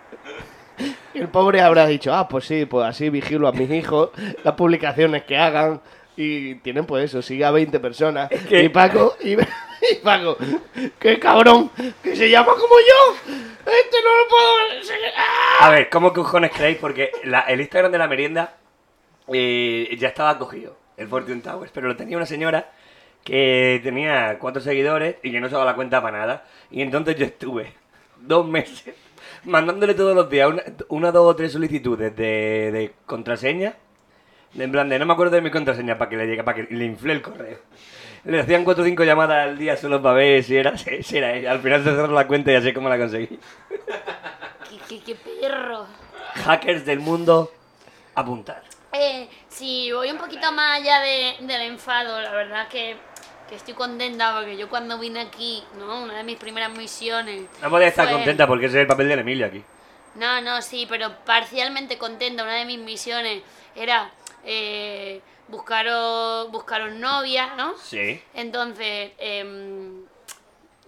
A: Y el pobre habrá dicho, ah, pues sí, pues así vigilo a mis hijos, las publicaciones que hagan. Y tienen pues eso, sigue a 20 personas.
B: que-
A: Y Paco, y, y Paco, qué cabrón, que se llama como yo. Este no lo puedo... seguir". ¡Ah!
B: A ver, ¿cómo cojones creéis? Porque la- el Instagram de la merienda eh, ya estaba cogido, el Fortune Towers, pero lo tenía una señora que tenía cuatro seguidores y que no se daba la cuenta para nada. Y entonces yo estuve dos meses mandándole todos los días una, una, dos o tres solicitudes de, de contraseña. de En plan de no me acuerdo de mi contraseña para que le llegue, para que le inflé el correo. Le hacían cuatro o cinco llamadas al día solo para ver si era, si era ella. Al final se cerró la cuenta y así es como la conseguí.
E: ¿Qué, qué- qué perro.
B: hackers del mundo apuntar.
E: Eh, si voy un poquito más allá de- del enfado, la verdad que, que estoy contenta porque yo cuando vine aquí, ¿no? Una de mis primeras misiones.
B: No podía estar
E: fue-
B: contenta porque ese es el papel del Emilio aquí.
E: No, no, sí, pero parcialmente contenta. Una de mis misiones era eh, buscaros, buscaros novia, ¿no?
B: Sí.
E: Entonces, em,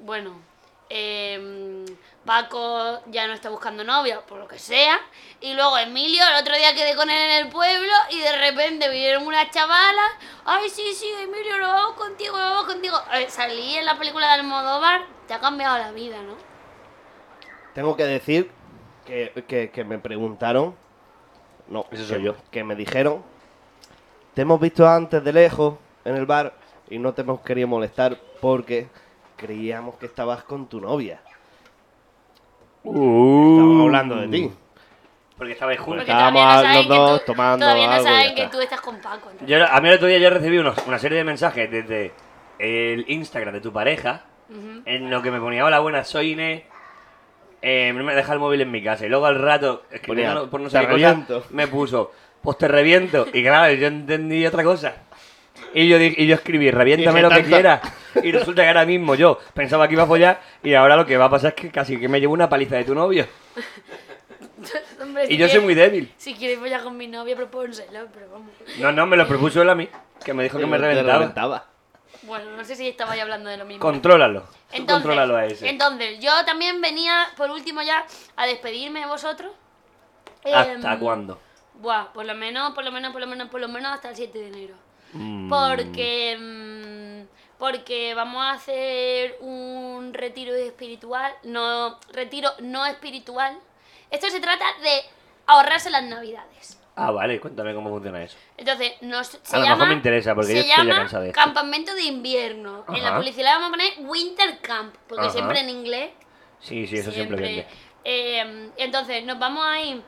E: bueno, em, Paco ya no está buscando novia, por lo que sea. Y luego Emilio, el otro día quedé con él en el pueblo y de repente vinieron unas chavalas. Ay, sí, sí, Emilio, nos vamos contigo, nos vamos contigo. Eh, salí en la película de Almodóvar, te ha cambiado la vida, ¿no?
A: Tengo que decir que, que- que me preguntaron. No,
B: Ese
A: que-
B: soy yo.
A: Que me dijeron. Te hemos visto antes de lejos en el bar y no te hemos querido molestar porque creíamos que estabas con tu novia. Estábamos hablando de ti.
B: Uh. Porque estabais
E: Porque
B: juntos.
A: estábamos
E: todavía no
A: los
E: saben que
A: dos
E: tú,
A: tomando
E: todavía no
A: algo y ya
E: saben que
A: está.
E: tú estás con Paco. entonces.
B: Yo- a mí el otro día yo recibí unos- una serie de mensajes desde el Instagram de tu pareja
E: Ujú.
B: en lo que me ponía, hola, buenas, soy Inés. Eh, no me deja el móvil en mi casa. Y luego al rato, escribiendo
A: Ponía,
B: por no
A: "Te
B: sé qué cosa,
A: reviento".
B: me puso, pues te reviento. Y claro, yo entendí otra cosa. Y yo, dije- y yo escribí, reviéntame
A: Dije,
B: lo que
A: "Tanta".
B: quieras. Y resulta que ahora mismo yo pensaba que iba a follar y ahora lo que va a pasar es que casi que me llevo una paliza de tu novio.
E: Hombre, si
B: Y yo soy
E: quieres-
B: muy débil.
E: Si quieres follar con mi novia, propónselo, pero vamos.
B: No, no, me lo propuso él a mí, que me dijo que me
A: Te
B: reventaba.
E: Bueno, no sé si estabais hablando de lo mismo.
B: Contrólalo. Tú
E: Entonces,
B: Contrólalo a ese.
E: entonces, yo también venía, por último ya, a despedirme de vosotros.
B: ¿Hasta
E: Em,
B: cuándo?
E: Buah, por lo menos, por lo menos, por lo menos, por lo menos hasta el 7 de enero.
B: Mm,
E: Porque... mm, porque vamos a hacer un retiro espiritual, no, retiro no espiritual. Esto se trata de ahorrarse las navidades.
B: Ah, vale, cuéntame cómo funciona eso.
E: Entonces, nos, se
B: A lo
E: llama,
B: mejor me interesa, porque
E: se
B: yo estoy ya
E: llama
B: cansado de esto.
E: campamento de invierno. En la
B: Ajá.
E: publicidad le vamos a poner winter camp, porque
B: Ajá.
E: siempre en inglés
B: Sí, sí, eso siempre, vende.
E: eh, entonces, nos vamos a ir.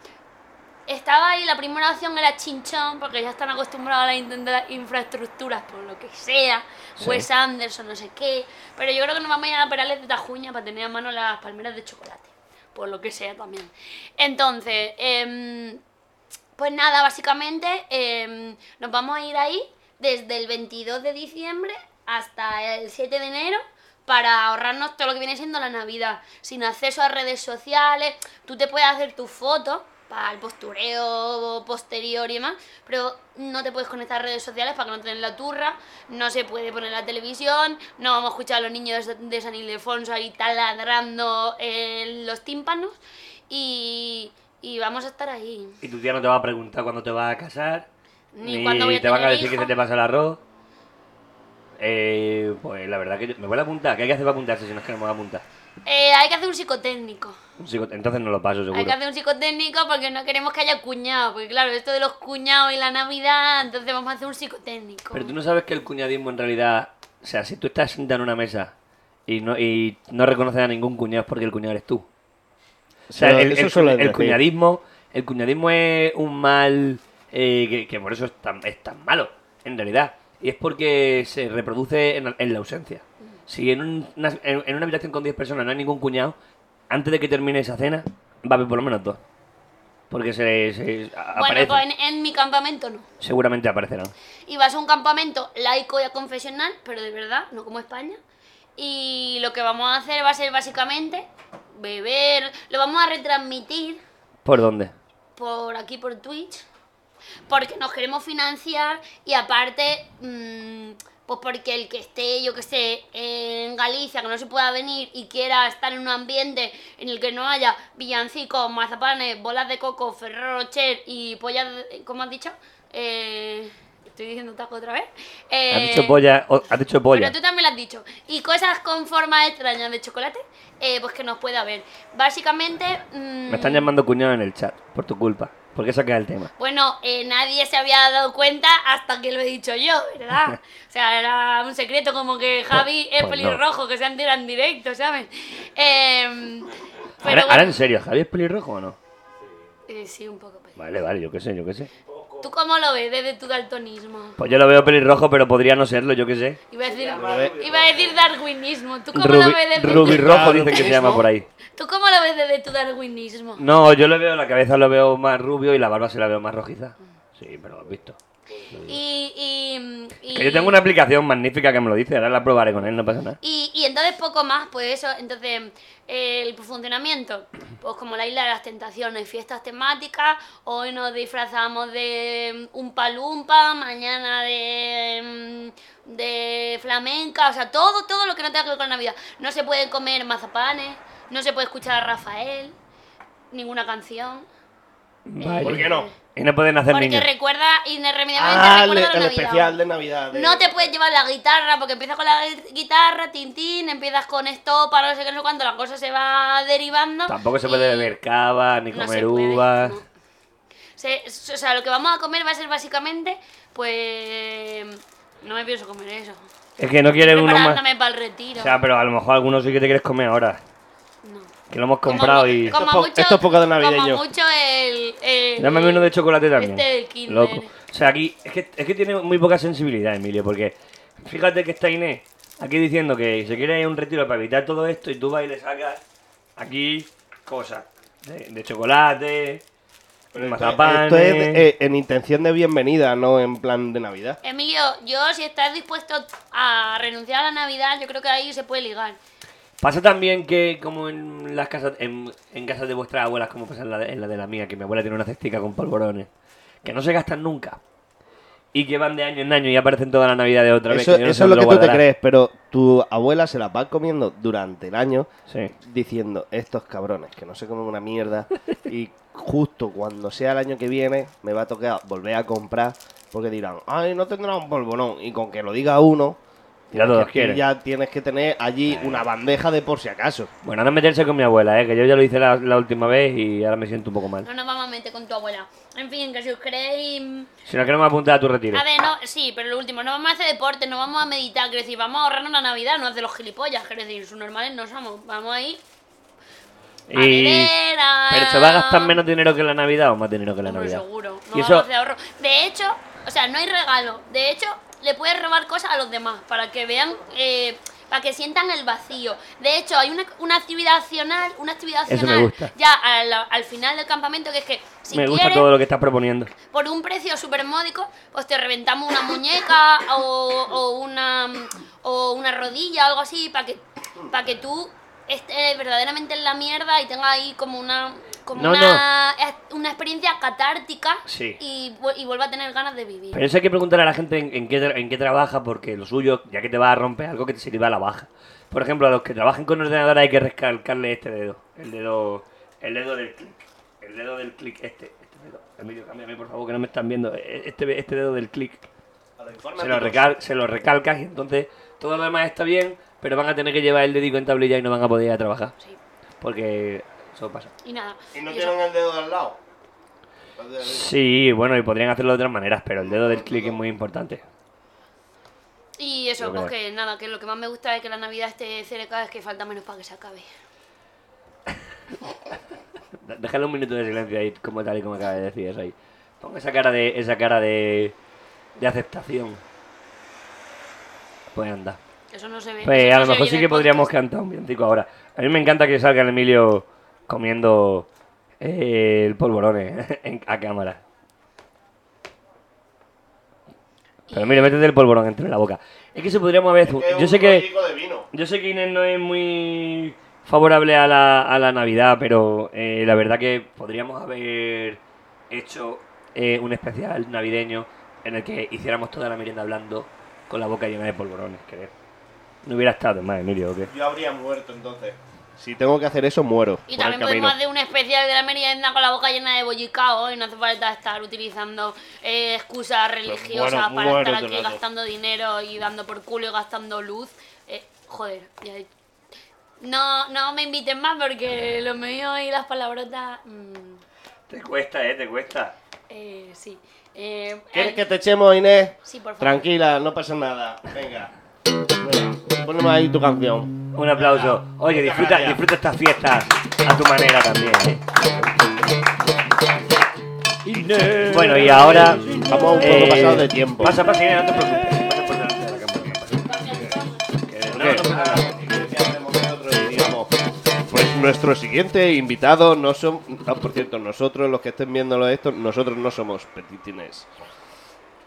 E: Estaba ahí, la primera opción era Chinchón, porque ya están acostumbrados a las inten- infraestructuras, por lo que sea.
B: Sí.
E: Wes Anderson, no sé qué. Pero yo creo que nos vamos a ir a Perales de Tajuña para tener a mano las palmeras de chocolate. Por lo que sea también. Entonces, em, pues nada, básicamente em, nos vamos a ir ahí desde el 22 de diciembre hasta el 7 de enero para ahorrarnos todo lo que viene siendo la Navidad. Sin acceso a redes sociales, tú te puedes hacer tus fotos para el postureo posterior y demás, pero no te puedes conectar a redes sociales para que no te den la turra, no se puede poner la televisión, no vamos a escuchar a los niños de San Ildefonso ahí taladrando eh, los tímpanos y, y vamos a estar ahí.
B: Y tu tía no te va a preguntar cuándo te vas a casar.
E: Ni cuándo voy a
B: te van a
E: tener
B: decir que
E: hijos.
B: se te pasa el arroz. Eh, pues la verdad que yo- me voy a apuntar. ¿Qué hay que hacer para apuntarse si nos queremos apuntar?
E: Eh, hay que hacer un psicotécnico.
B: Un psico- Entonces no lo paso seguro.
E: Hay que hacer un psicotécnico porque no queremos que haya cuñado. Porque claro, esto de los cuñados y la Navidad, entonces vamos a hacer un psicotécnico.
B: Pero tú no sabes que el cuñadismo en realidad... O sea, si tú estás sentado en una mesa y no, y no reconoces a ningún cuñado es porque el cuñado eres tú. O sea,
A: Pero
B: el,
A: eso
B: el-
A: suelen
B: el
A: decir.
B: cuñadismo, el cuñadismo es un mal eh, que, que por eso es tan, es tan malo, en realidad. Y es porque se reproduce en, en la ausencia. Si en, un- una, en, en una habitación con 10 personas no hay ningún cuñado, antes de que termine esa cena, va a haber por lo menos dos. Porque se, se a-
E: Bueno,
B: aparecen.
E: pues en, e- en mi campamento no.
B: Seguramente aparecerán.
E: Y vas a un campamento laico y a confesional, pero de verdad, no como España. Y lo que vamos a hacer va a ser básicamente beber, lo vamos a retransmitir
B: ¿Por dónde?
E: por aquí por Twitch porque nos queremos financiar y aparte mm, pues porque el que esté yo que sé en Galicia que no se pueda venir y quiera estar en un ambiente en el que no haya villancicos mazapanes bolas de coco Ferrero Rocher y pollas de- ¿cómo has dicho? Eh, estoy diciendo taco otra vez
B: Has
E: Eh,
B: dicho polla. o- Has dicho polla.
E: pero tú también lo has dicho. Y cosas con formas extrañas de chocolate, eh, pues que nos pueda ver. Básicamente... mm,
B: Me están llamando cuñado en el chat, por tu culpa. ¿Por qué sacas el tema?
E: Bueno, eh, nadie se había dado cuenta hasta que lo he dicho yo, ¿verdad? O sea, era un secreto como que Javi
B: Pues-
E: es
B: pues no.
E: pelirrojo, que se han tirado en directo, ¿sabes? Em, pero
B: Ahora, ahora
E: bueno,
B: en serio, ¿Javier es pelirrojo o no?
E: eh, sí, un poco. pelirrojo.
B: Vale, vale, yo qué sé, yo qué sé.
E: ¿Tú cómo lo ves desde tu daltonismo?
B: Pues yo lo veo pelirrojo, pero podría no serlo, yo qué sé.
E: Iba a decir,
A: Rubí-
E: iba a decir darwinismo. ¿Tú cómo, lo ves desde
B: Ruby
E: tu,
B: rojo
A: Ah,
B: dicen que se llama
A: ¿no?
B: por ahí.
E: ¿Tú cómo lo ves desde tu darwinismo?
B: No, yo lo veo, la cabeza lo veo más rubio y la barba se la veo más rojiza. Sí, pero lo has visto.
E: Y, y, mm, y-
B: Que yo tengo una aplicación magnífica que me lo dice, ahora la probaré con él, no pasa nada.
E: Y, y entonces poco más, pues eso, entonces eh, el funcionamiento, pues como la isla de las tentaciones, fiestas temáticas, hoy nos disfrazamos de mm, un palumpa, mañana de, mm, de flamenca, o sea, todo, todo lo que no tenga que ver con Navidad. No se puede comer mazapanes, no se puede escuchar a Rafael, ninguna canción. Eh,
B: Vale.
A: ¿Por qué no?
B: Y no pueden hacer
E: Porque
B: niños.
E: recuerda, inarremediablemente
A: Ah, el,
E: recuerda la
A: el
E: Navidad.
A: especial de Navidad. de-
E: No te puedes llevar la guitarra, porque empiezas con la gui- guitarra, tintín, empiezas con esto, para no sé qué, no sé cuánto, la cosa se va derivando.
B: Tampoco se
E: y
B: puede beber cava, ni
E: no se
B: comer
E: puede,
B: uvas.
E: no. Se- o sea, lo que vamos a comer va a ser básicamente, pues... No me pienso comer eso.
B: Es que no quieren uno más.
E: Preparándome para el retiro.
B: O sea, pero a lo mejor algunos sí que te quieres comer ahora.
E: No.
B: Que lo hemos comprado
E: Como-
B: y.
A: Esto
E: como
A: es po-
E: mucho-
A: esto es poco de navideño.
E: Como mucho el... el-
B: Dame uno de chocolate también.
E: Este del Kinder.
B: Loco. O sea, aquí es que, es que tiene muy poca sensibilidad, Emilio, porque fíjate que está Inés aquí diciendo que se quiere ir a un retiro para evitar todo esto y tú vas y le sacas aquí cosas de, de chocolate, de mazapanes.
A: Esto es eh, en intención de bienvenida, no en plan de Navidad.
E: Emilio, yo si estás dispuesto a renunciar a la Navidad, yo creo que ahí se puede ligar.
B: Pasa también que como en las casas en, en casas de vuestras abuelas, como pasa en la, de, en la de la mía, que mi abuela tiene una cestica con polvorones, que no se gastan nunca. Y que van de año en año y aparecen toda la Navidad de otra vez.
A: Eso,
B: yo no
A: eso
B: sé
A: es lo
B: dónde
A: que tú te
B: guardará.
A: crees, pero tu abuela se las va comiendo durante el año
B: Sí.
A: diciendo estos cabrones que no se comen una mierda y justo cuando sea el año que viene me va a tocar volver a comprar porque dirán, ay, no tendrá un polvorón y con que lo diga uno
B: Tira todos,
A: Que tú
B: ¿quieres? Eh.
A: ya tienes que tener allí una bandeja de por si acaso.
B: Bueno, no meterse con mi abuela, ¿eh? que yo ya lo hice la, la última vez y ahora me siento un poco mal.
E: No nos vamos a meter con tu abuela. En fin, que si os queréis. mm,
B: Si no queremos apuntar a tu retiro.
E: A ver, no, sí, pero lo último, no vamos a hacer deporte, no vamos a meditar, quiero decir, vamos a ahorrarnos la Navidad, no es de los gilipollas, quiero decir, sus normales no somos, vamos a ir a
B: Y...
E: beber, a-
B: ¿Pero se va a gastar menos dinero que la Navidad o más dinero que la
E: Hombre,
B: Navidad?
E: seguro. No
B: Y
E: vamos a
B: eso,
E: hacer ahorro. De hecho, o sea, no hay regalo. De hecho, le puedes robar cosas a los demás para que vean, eh, para que sientan el vacío. De hecho, hay una, una actividad opcional, una actividad
B: Eso me
E: opcional
B: gusta.
E: ya al, al final del campamento que es que si
B: me gusta
E: quieres,
B: todo lo que estás proponiendo.
E: por un precio súper módico, pues te reventamos una muñeca o, o una, o una rodilla o algo así para que, para que tú estés verdaderamente en la mierda y tengas ahí como una como
B: No,
E: una, es- una experiencia catártica
B: Sí.
E: y, vu- y vuelva a tener ganas de vivir.
B: Pero eso hay que preguntar a la gente en, en qué, tra- en qué trabaja, porque lo suyo, ya que te va a romper algo que te sirva a la baja. Por ejemplo, a los que trabajan con ordenador hay que recalcarle este dedo. El dedo. El dedo del clic. El dedo del clic, este. Este dedo. Emilio, cámbiame, por favor, que no me están viendo. E- Este, este dedo del clic. Se lo, recal- se lo recalcas y entonces todo lo demás está bien, pero van a tener que llevar el dedico en tablilla y no van a poder ir a trabajar.
E: Sí.
B: Porque eso pasa.
E: Y nada.
A: Y no
E: Y eso-
A: tienen el dedo de al lado.
B: Pues, Sí, bueno, y podrían hacerlo de otras maneras, pero el dedo del clic es muy importante.
E: Y eso,
B: Yo creo.
E: pues que nada, que lo que más me gusta es que la Navidad esté cerca, es que falta menos para que se acabe.
B: De- Déjale un minuto de silencio ahí, como tal y como acaba de decir eso ahí. Ponga esa cara de. esa cara de. de aceptación. Pues anda.
E: Eso no se ve.
B: Pues a
E: eso no
B: lo
E: se
B: mejor
E: oye
B: sí
E: en
B: que
E: el
B: podríamos
E: podcast.
B: cantar un villancico ahora. A mí me encanta que salga el Emilio comiendo eh, el polvorón a cámara. Pero mire, métete el polvorón entre la boca. Es que se podríamos haber... Yo sé que...
A: de vino.
B: Yo sé que Inés no es muy favorable a la, a la Navidad, pero eh, la verdad que podríamos haber hecho eh, un especial navideño en el que hiciéramos toda la merienda hablando con la boca llena de polvorones, creo. No hubiera estado más, Emilio, ¿o qué?
D: Yo habría muerto entonces.
A: Si tengo que hacer eso, muero.
E: Y
A: por el
E: también
A: camino.
E: podemos hacer un especial de la merienda con la boca llena de bollicao y no hace falta estar utilizando eh, excusas
A: Pues
E: religiosas
D: bueno,
E: para
D: bueno,
E: estar
D: todo
E: aquí
D: el rato.
E: gastando dinero y dando por culo y gastando luz. Eh, joder, ya he- no, no me inviten más porque lo mío y las palabrotas... mm,
B: Te cuesta, ¿eh? Te cuesta.
E: eh, sí. Eh,
A: ¿Quieres
E: eh,
A: que te echemos, Inés?
E: Sí, por favor.
A: Tranquila, no pasa nada. Venga. Venga, Ponemos ahí tu canción.
B: Un aplauso. Oye,
A: Muchas
B: disfruta,
A: gracias.
B: disfruta estas fiestas a tu manera también, ¿eh? Bueno, y ahora...
A: Vamos un poco
B: eh,
A: pasados de tiempo.
B: Pasa, pasa, Inés, no te preocupes. Pasa por delante de la cámara.
A: No, no pasa nada. Pues nuestro siguiente invitado no son. ah, por cierto, nosotros, los que estén viéndolo esto, nosotros no somos petitines.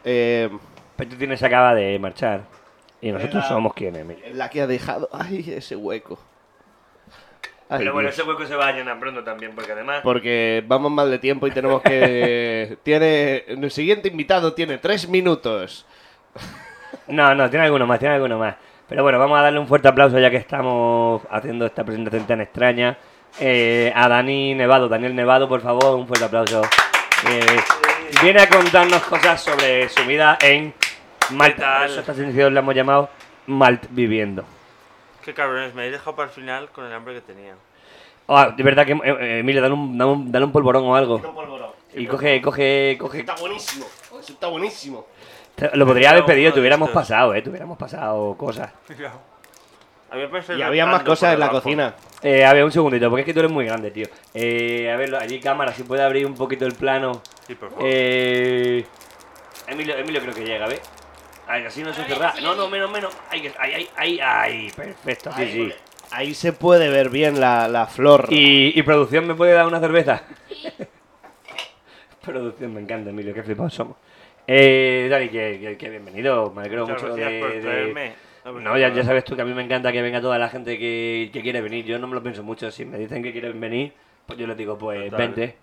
A: Eh,
B: Pero tú tienes acaba de marchar. Y nosotros
A: Venga.
B: somos quienes, Emilio.
A: la que ha dejado. ¡Ay, ese hueco! Ay,
B: Pero bueno,
A: Dios.
B: ese hueco se va a llenar pronto también, porque además.
A: Porque vamos mal de tiempo y tenemos que. tiene. El siguiente invitado tiene tres minutos.
B: No, no, tiene alguno más, tiene alguno más. Pero bueno, vamos a darle un fuerte aplauso ya que estamos haciendo esta presentación tan extraña. Eh, a Dani Nevado, Daniel Nevado, por favor, un fuerte aplauso. Eh, viene a contarnos cosas sobre su vida en Malta. A esta sección la hemos llamado Malt Viviendo.
D: Qué cabrones, me he dejado para el final con el hambre que tenía.
B: Ah, de verdad que, eh, eh, Emilio, dale un, dale un- dale un polvorón o algo.
A: polvorón.
B: Y coge, coge, coge
A: Está buenísimo. Eso está buenísimo.
B: Te- Lo podría haber
D: Era uno
B: pedido, te
D: de
B: hubiéramos
D: estos.
B: pasado, eh, te hubiéramos pasado cosas.
D: Había pensado
A: Y había más
D: raptando
A: cosas
D: por
A: en la
D: debajo.
A: cocina.
B: Eh, a ver, un segundito, porque es que tú eres muy grande, tío. Eh, a ver, lo- allí cámara, si puede abrir un poquito el plano.
D: Sí, por favor.
B: Eh, Emilio, Emilio creo que llega, ¿ves? Ay, así no se cerrará. No, no, menos, menos. Ay, que- ay, ay, ay, ay, perfecto, sí, sí.
A: Ahí se puede ver bien la, la flor.
B: ¿Y, y producción me puede dar una cerveza? producción, me encanta, Emilio, qué flipados somos. Eh, Dani, que, que- que bienvenido, me alegro
D: Muchas
B: mucho
D: gracias
B: de-
D: por
B: de-
D: traerme.
B: No, ya, ya sabes tú que a mí me encanta que venga toda la gente que, que quiere venir. Yo no me lo pienso mucho. Si me dicen que quieren venir, pues yo les digo, pues
D: Total.
B: vente.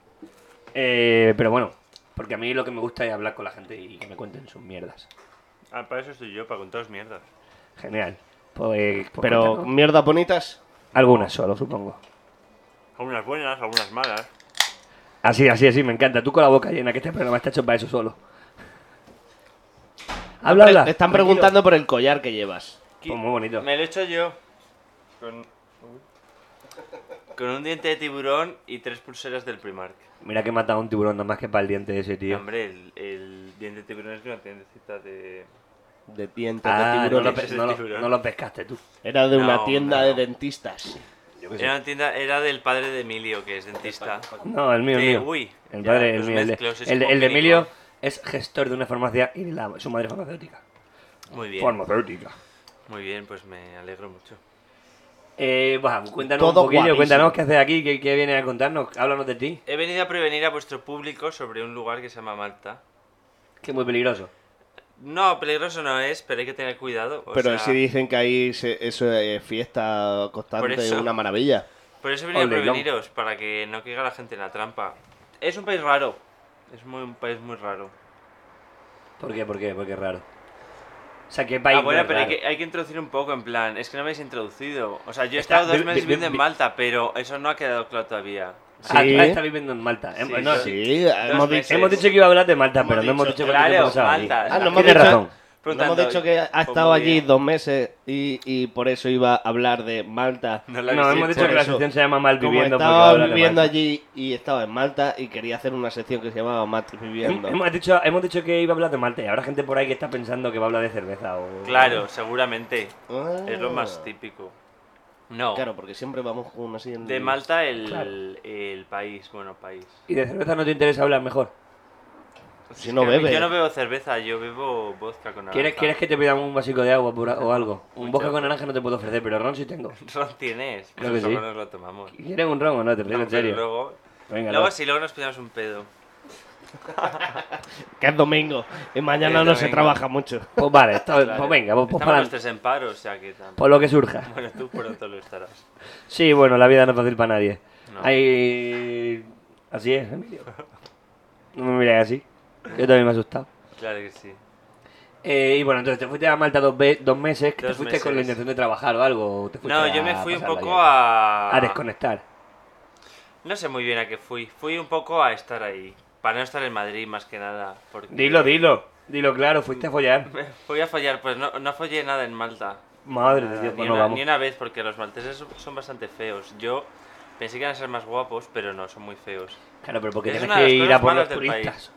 B: Eh, pero bueno, porque a mí lo que me gusta es hablar con la gente y que me cuenten sus mierdas.
D: Ah, para eso estoy yo, para contaros mierdas.
B: Genial. Pues, pues
A: Pero
B: cuéntanos.
A: mierdas bonitas.
B: Algunas solo, supongo.
D: Algunas buenas, algunas malas.
B: Así, así, así, me encanta. Tú con la boca llena, que este programa está hecho para eso solo. Habla,
A: Pre-
B: habla.
A: Están
B: Tranquilo.
A: preguntando por el collar que llevas.
B: Pues muy bonito.
D: Me lo he hecho yo. Con... con un diente de tiburón y tres pulseras del Primark.
B: Mira que he matado a un tiburón, nada más que para el diente ese, tío.
D: Hombre, el, el diente de tiburón es que no tiene cita de...
A: De dientes
B: Ah,
A: de
B: no
A: tiburón.
B: lo,
D: tiburones.
B: pe- no lo- no lo pescaste tú.
A: Era de una
D: No,
A: tienda
D: no.
A: de dentistas. Pues
D: Era, una tienda- era del padre de Emilio, que es dentista.
B: No, el mío, el
D: Sí,
B: mío.
D: uy,
B: el
D: ya,
B: padre, el
D: los
B: mío. El, de-
D: mezclos, es
B: el de- el de
D: complicado.
B: Emilio es gestor de una farmacia y la- su madre es farmacéutica.
D: Muy bien.
B: Farmacéutica.
D: Muy bien, pues me alegro mucho.
B: Eh, bueno, cuéntanos
A: Todo
B: un poquillo,
A: guapísimo.
B: cuéntanos qué haces aquí, qué, qué vienes a contarnos, háblanos de ti,
D: He venido a prevenir a vuestro público sobre un lugar que se llama Malta.
B: que es muy peligroso.
D: No, peligroso no es, pero hay que tener cuidado. o
A: Pero
D: sea,
A: sí dicen que ahí se- eso es fiesta constante,
D: Por eso.
A: una maravilla.
D: Por eso he venido
B: Ole,
D: a
B: John.
D: preveniros, para que no caiga la gente en la trampa. Es un país raro. Es muy, un país muy raro.
B: ¿Por qué? ¿Por qué? Porque es raro. O sea, que país
D: ah, bueno,
B: no es
D: pero hay
B: raro?
D: que, hay que introducir un poco, en plan, es que no me habéis introducido. O sea, yo he
B: Está-
D: estado dos
B: vi-
D: meses
B: vi-
D: viviendo en
B: vi-
D: Malta, pero eso no ha quedado claro todavía.
B: Ah,
A: Sí.
B: tú estás viviendo en Malta.
D: Sí,
B: Hemos- no,
D: ¿eh? sí.
A: Sí, hemos dicho,
D: meses.
B: Hemos dicho que iba a hablar de Malta, pero no hemos
D: dicho,
B: dicho cuánto tiempo
D: claro,
B: pasaba allí.
D: Malta.
A: Ah, no hemos
B: Tienes
A: dicho-
B: razón.
A: no hemos
D: Preguntando,
A: dicho que ha
D: pues
A: estado
D: muy
A: allí
D: bien.
A: dos meses y, y por eso iba a hablar de Malta.
D: No lo habéis
B: No, hemos
D: dicho.
B: dicho que la
A: eso.
B: sección se llama Mal
A: Como
B: Viviendo. porque va a
A: estaba
B: hablar de
A: viviendo
B: Malta.
A: allí y estaba en Malta y quería hacer una sección que se llamaba Malta
B: Hem-
A: Viviendo.
B: Hemos dicho, hemos dicho que iba a hablar de Malta y habrá gente por ahí que está pensando que va a hablar de cerveza o...
D: Claro, seguramente.
A: Ah.
D: Es lo más típico. No,
A: Claro, porque siempre vamos con así en...
D: de Malta el,
B: Claro.
D: el país, bueno, país.
B: Y de cerveza no te interesa hablar mejor.
A: Pues Si
D: Es
A: no
D: que a mí-
A: bebe.
D: Yo no bebo cerveza, yo bebo vodka con naranja.
B: ¿Quieres, ¿Quieres que te pida un vasico de agua por a- o algo? Un
D: Muchas
B: bosque con
D: gracias.
B: naranja no te puedo ofrecer, pero ron sí tengo.
D: Ron tienes, pues
B: Creo que
D: nosotros
B: sí.
D: nos lo tomamos.
B: ¿Quieren un ron o no? Te lo digo
D: No,
B: en
D: pero
B: serio.
D: Luego,
B: Venga,
D: luego
B: no.
D: sí, luego nos pillamos un pedo.
A: Que es domingo y mañana
D: Es
A: no se
D: domingo.
A: trabaja mucho.
B: Pues vale, esto-
D: Claro.
B: pues venga, pues, pues
D: Estamos
B: para Pues-
D: los tres en este- paro, o sea que tampoco.
B: Por lo que surja.
D: Bueno, tú pronto lo estarás.
B: Sí, bueno, la vida no es fácil para nadie.
D: No.
B: Hay... Así es, Emilio. No me miráis así. Yo también me he asustado.
D: Claro que sí.
B: Eh, y bueno, entonces te fuiste a Malta dos, ve- dos meses, que te
D: Dos
B: fuiste con la
D: meses.
B: intención de trabajar o algo. o te fuiste
D: No,
B: a
D: yo me fui un
B: pasarla
D: poco
B: ya.
D: a...
B: A desconectar.
D: No sé muy bien a qué fui. Fui un poco a estar ahí. Para no estar en Madrid, más que nada. Porque...
B: Dilo, dilo. Dilo claro, fuiste a follar.
D: Voy a fallar, pues no, no follé nada en Malta.
B: Madre de
D: Nada,
B: Dios,
D: Ah, ni,
B: pues no
D: una,
B: vamos.
D: ni una vez, porque los malteses son- son bastante feos. Yo pensé que iban a ser más guapos, pero no, son muy feos.
B: Claro, pero porque
D: Es
B: tienes
D: una de
B: que
D: las
B: ir
D: cosas
B: a por los
D: malas del
B: turistas.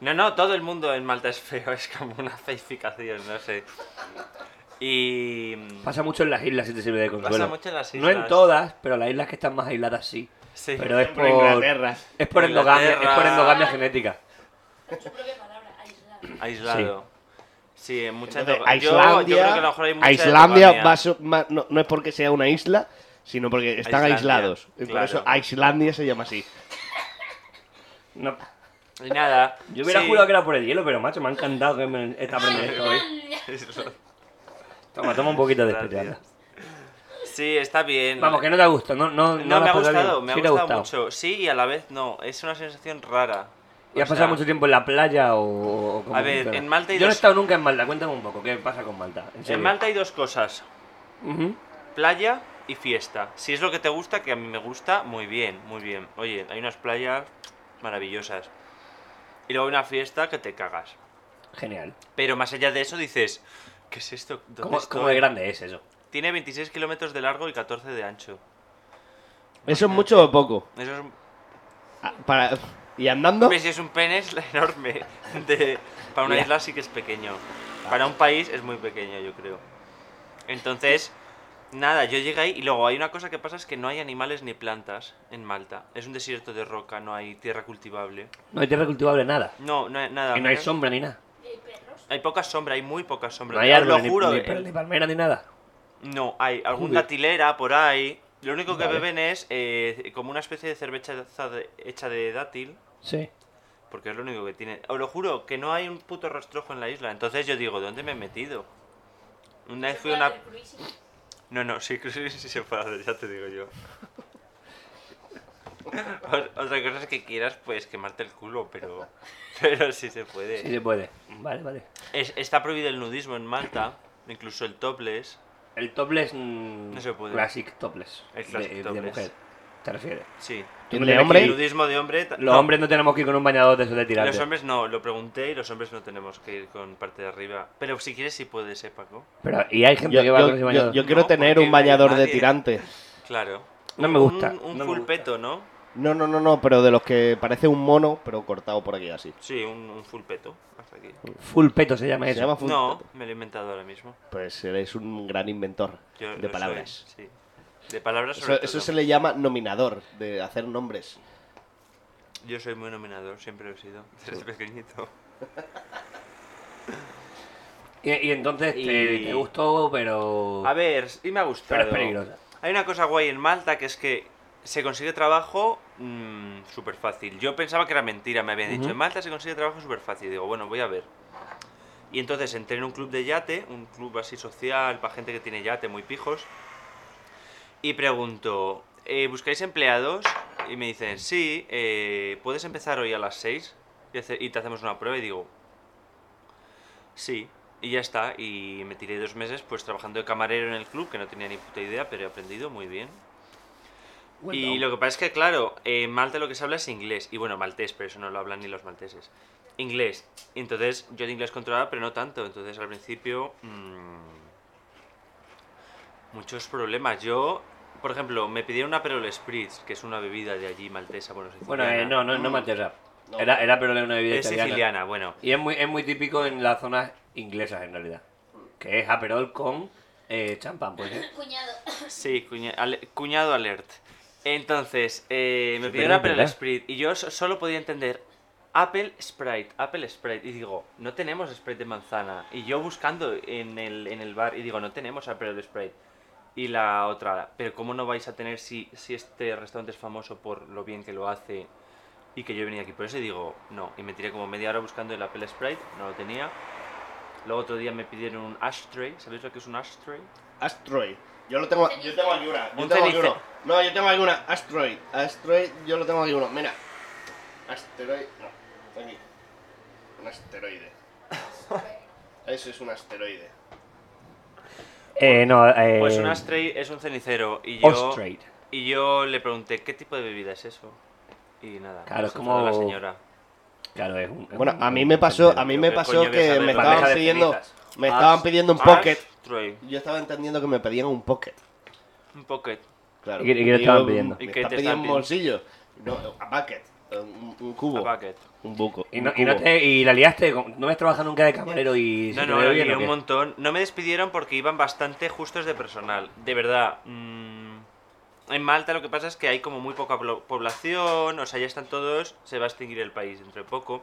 D: No, no, todo el mundo en Malta es feo, es como una feificación, no sé. Y...
B: Pasa mucho en las islas, si te sirve de consuelo.
D: Pasa mucho en las
B: No en
D: islas.
B: todas, pero las islas que están más aisladas sí.
D: Sí.
B: Pero es por,
A: Inglaterra.
B: es por endogamia, es por
D: Inglaterra.
B: endogamia genética.
E: Su propia palabra, aislado.
D: Aislado. Sí, en muchas...
A: Entonces,
D: yo, yo
A: Islandia,
D: creo que a lo mejor hay mucha
A: Islandia
D: endogamia.
A: va so- ma- no, no es porque sea una isla, sino porque están
D: Islandia,
A: aislados. Y por
D: claro.
A: eso Islandia se llama así.
B: No,
D: Y nada.
B: yo hubiera
D: sí.
B: jurado que era por el hielo, pero macho, me ha encantado que me esta aprenda esto hoy.
E: Islandia.
B: Toma, toma un poquito de este,
D: Gracias.
B: chaval.
D: Sí, está bien.
B: Vamos, que no te ha gustado. No, no,
D: No,
B: la
D: me ha
B: has pasado bien.
D: gustado, me ha
B: Sí te
D: gustado, mucho. Sí, y a la vez no. Es una sensación rara.
B: ¿Y
D: O
B: has
D: sea,
B: pasado mucho tiempo en la playa o, o cómo
D: A ver,
B: funciona?
D: en Malta hay
B: Yo no he
D: dos-
B: estado nunca en Malta, cuéntame un poco, ¿qué pasa con Malta? En, serio.
D: En Malta hay dos cosas:
B: Ujú.
D: playa y fiesta. Si es lo que te gusta, que a mí me gusta, muy bien, muy bien. Oye, hay unas playas maravillosas. Y luego hay una fiesta que te cagas.
B: Genial.
D: Pero más allá de eso dices, ¿qué es esto? ¿Dónde
B: ¿Cómo,
D: estoy?
B: ¿Cómo de grande es eso?
D: Tiene 26 kilómetros de largo y 14 de ancho.
A: ¿Eso es mucho o poco?
D: Eso es un
A: Ah, Para... ¿Y andando?
D: Hombre, si es un pene es enorme. De- para una
B: Ya.
D: isla sí que es pequeño. Para un país es muy pequeño, yo creo. Entonces, nada, yo llegué ahí y luego hay una cosa que pasa es que no hay animales ni plantas en Malta. Es un desierto de roca, no hay tierra cultivable.
B: No hay tierra cultivable nada.
D: No, no hay nada.
B: Y no hay sombra ni nada.
D: Hay poca sombra, hay muy poca sombra.
B: No hay
D: Os
B: árbol,
D: lo
B: ni,
D: juro.
B: ni
D: eh,
B: pal- ni palmera ni nada.
D: no, hay algún
B: Joder.
D: datilera por ahí. Lo único que
B: Vale.
D: beben es eh, como una especie de cerveza de- hecha de dátil.
B: Sí.
D: Porque es lo único que tiene. Os lo juro, que no hay un puto rastrojo en la isla. Entonces yo digo, ¿dónde me he metido? Una vez fui a una... No, no, sí, sí, sí se puede hacer, ya te digo yo. O- Otra cosa es que quieras, pues, quemarte el culo, pero... Pero sí se puede.
B: Sí se puede. Vale, vale.
D: Es- está prohibido el nudismo en Malta, incluso el topless.
B: El topless. mm,
D: No se puede.
B: Classic topless.
D: El classic
B: de, de
D: topless.
B: mujer. ¿Te refieres?
D: Sí.
B: Tú no
A: ¿De
B: tienes
A: hombre?
B: que
D: El
B: ir-
D: nudismo de hombre. ta-
B: Los
D: no,
B: hombres no tenemos que ir con un bañador de esos de tirante.
D: Los hombres no, lo pregunté y los hombres no tenemos que ir con parte de arriba. Pero si quieres, sí puedes, eh, Paco.
B: Pero, y hay gente
A: Yo,
B: que va
A: yo-
B: con ese
A: yo-
B: bañador.
A: yo quiero
C: No,
A: tener
C: porque
A: un
C: no hay
A: bañador de
C: nadie.
A: tirante.
D: Claro.
B: No
D: Un-
B: me gusta,
D: Un, un
B: no me
D: full
B: gusta.
D: peto, ¿no?
A: No, no, no, no, pero de los que parece un mono, pero cortado por aquí así.
D: Sí, un, un full peto. Hasta aquí.
B: Full peto se llama
A: Se
B: eso.
A: llama full
D: No,
A: peto.
D: me lo he inventado ahora mismo.
A: Pues eres un gran inventor
D: Yo
A: de
D: lo
A: palabras.
D: soy, sí. De palabras sobre
A: Eso, eso
D: todo.
A: se le llama nominador, de hacer nombres.
D: Yo soy muy nominador, siempre lo he sido. Desde pequeñito.
B: Y, y entonces te-
D: Y-
B: Te, gustó, pero.
D: A ver, y me ha
B: pero
D: gustado.
B: es peligrosa.
D: Hay una cosa guay en Malta que es que se consigue trabajo súper fácil. Yo pensaba que era mentira, me habían dicho.
B: Ujú.
D: En Malta se consigue trabajo súper fácil. Digo, bueno, voy a ver. Y entonces entré en un club de yate, un club así social, para gente que tiene yate, muy pijos. Y pregunto, eh, ¿buscáis empleados? Y me dicen, sí, eh, ¿puedes empezar hoy a las 6? Y, hace- y te hacemos una prueba y digo, sí. Y ya está, y me tiré dos meses pues trabajando de camarero en el club, que no tenía ni puta idea, pero he aprendido muy bien. Y lo que pasa es que, claro, en Malta lo que se habla es inglés. Y bueno, maltés, pero eso no lo hablan ni los malteses. Inglés. Entonces, yo de inglés controlaba, pero no tanto. Entonces, al principio, mm, muchos problemas. Yo, por ejemplo, me pidieron una Perol Spritz, que es una bebida de allí maltesa, bueno,
B: Bueno,
D: siciliana.
B: eh, no, no, no mate rap.
A: Mm. No.
B: Era, era pero una bebida
D: Es
B: italiana.
D: siciliana, bueno.
B: Y es muy, es muy típico en las zonas inglesas, en realidad. Que es aperol con eh, champán, pues. ¿eh?
E: Cuñado.
D: Sí, cuña- ale- cuñado alert. Entonces, eh, me
B: Sí,
D: pidieron
B: pero es
D: Apple
B: verdad.
D: Sprite y yo so- solo podía entender Apple Sprite, Apple Sprite. Y digo, no tenemos Sprite de manzana. Y yo buscando en el, en el bar y digo, no tenemos Apple Sprite. Y la otra, pero ¿cómo no vais a tener si, si este restaurante es famoso por lo bien que lo hace y que yo venía aquí? Por eso y digo, no. Y me tiré como media hora buscando el Apple Sprite, no lo tenía. Luego otro día me pidieron un ashtray. ¿Sabéis lo que es un ashtray?
A: Astroid. Yo lo tengo, yo tengo aquí una. Yo
D: Un
A: tengo aquí
D: cenice-
A: uno. No, yo tengo aquí una. Astroid. Astroid, yo lo tengo aquí uno. Mira. Asteroid. No, está aquí. Un asteroide. Eso es un asteroide.
B: Eh, no, eh.
D: Pues un Astray es un cenicero y yo,
B: Ostrade.
D: y yo le pregunté qué tipo de bebida es eso. Y nada,
B: Claro, es
D: se
B: como-
D: enfadó la señora.
B: Claro, es un. es
A: Bueno,
B: un-
A: a mí me pasó, a mí
D: Yo
A: me
D: qué
A: pasó
D: coño voy a
A: que
D: saber
A: me
D: de
A: estaban
B: bandeja de
A: pidiendo,
D: cenizas.
A: me estaban
D: Ash-
A: pidiendo un pocket.
D: Ashtray,
A: Yo estaba entendiendo que me pedían un pocket.
D: un pocket.
A: Claro.
B: ¿Y qué- y qué te
A: yo,
B: estaban pidiendo?
A: Me
D: ¿Y qué
A: están
D: te
A: pidiendo
D: estaban
A: un
D: pidiendo?
A: bolsillo. No, a bucket. Un, un cubo.
D: A bucket.
A: Un buco.
B: Y, no,
A: un
B: y, no
A: cubo.
B: te, y la liaste, con- no me has trabajado nunca de camarero y. se
D: No,
B: te
D: no,
B: dio
D: lié
B: bien, ¿o
D: un
B: qué?
D: montón. No me despidieron porque iban bastante justos de personal. De verdad. mm, en Malta lo que pasa es que hay como muy poca plo- población. O sea, ya están todos. Se va a extinguir el país dentro de poco.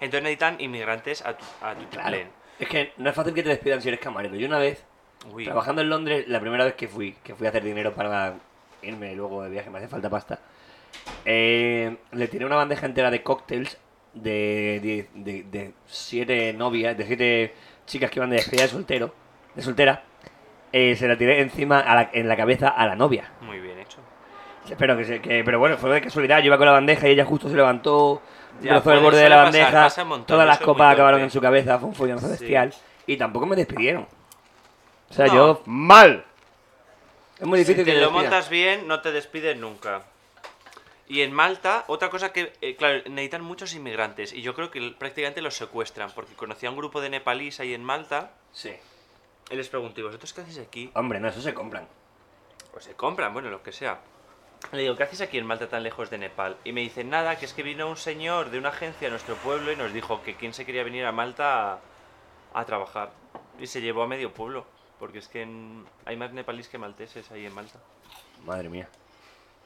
D: Entonces necesitan inmigrantes a tu, a tu
B: Claro.
D: plan.
B: Es que no es fácil que te despidan si eres camarero. Yo una vez,
D: Uy.
B: trabajando en Londres, la primera vez que fui, que fui a hacer dinero para irme luego de viaje, me hace falta pasta, eh, le tiré una bandeja entera de cócteles de, die- de, de siete novias, de siete chicas que iban de despedida de soltero, de soltera. eh, se la tiré encima, a la- en la cabeza, a la novia.
D: Muy bien hecho.
B: Pero, que, se- que- pero bueno, fue de casualidad. Yo iba con la bandeja y ella justo se levantó,
D: Ya,
B: rozó el
D: puede-
B: borde de
D: suele
B: la
D: pasar,
B: bandeja.
D: pasa un montón,
B: todas
D: yo
B: las
D: soy muy
B: copas acabaron
D: torpe.
B: en su cabeza. Fue un follazo
D: Sí.
B: bestial. Y tampoco me despidieron. O sea,
D: No.
B: yo.
A: ¡Mal!
B: Es muy difícil
D: Si te
B: que
D: lo
B: despidan.
D: montas bien, no te despiden nunca. Y en Malta, otra cosa que, eh, claro, necesitan muchos inmigrantes y yo creo que l- prácticamente los secuestran, porque conocí a un grupo de nepalíes ahí en Malta
B: Sí.
D: y les pregunté, ¿y vosotros qué hacéis aquí?
B: Hombre, no, eso se compran.
D: O se compran, bueno, lo que sea. Le digo, ¿qué hacéis aquí en Malta tan lejos de Nepal? Y me dicen, nada, que es que vino un señor de una agencia a nuestro pueblo y nos dijo que quién se quería venir a Malta a, a trabajar. Y se llevó a medio pueblo, porque es que en- hay más nepalíes que malteses ahí en Malta.
B: Madre mía.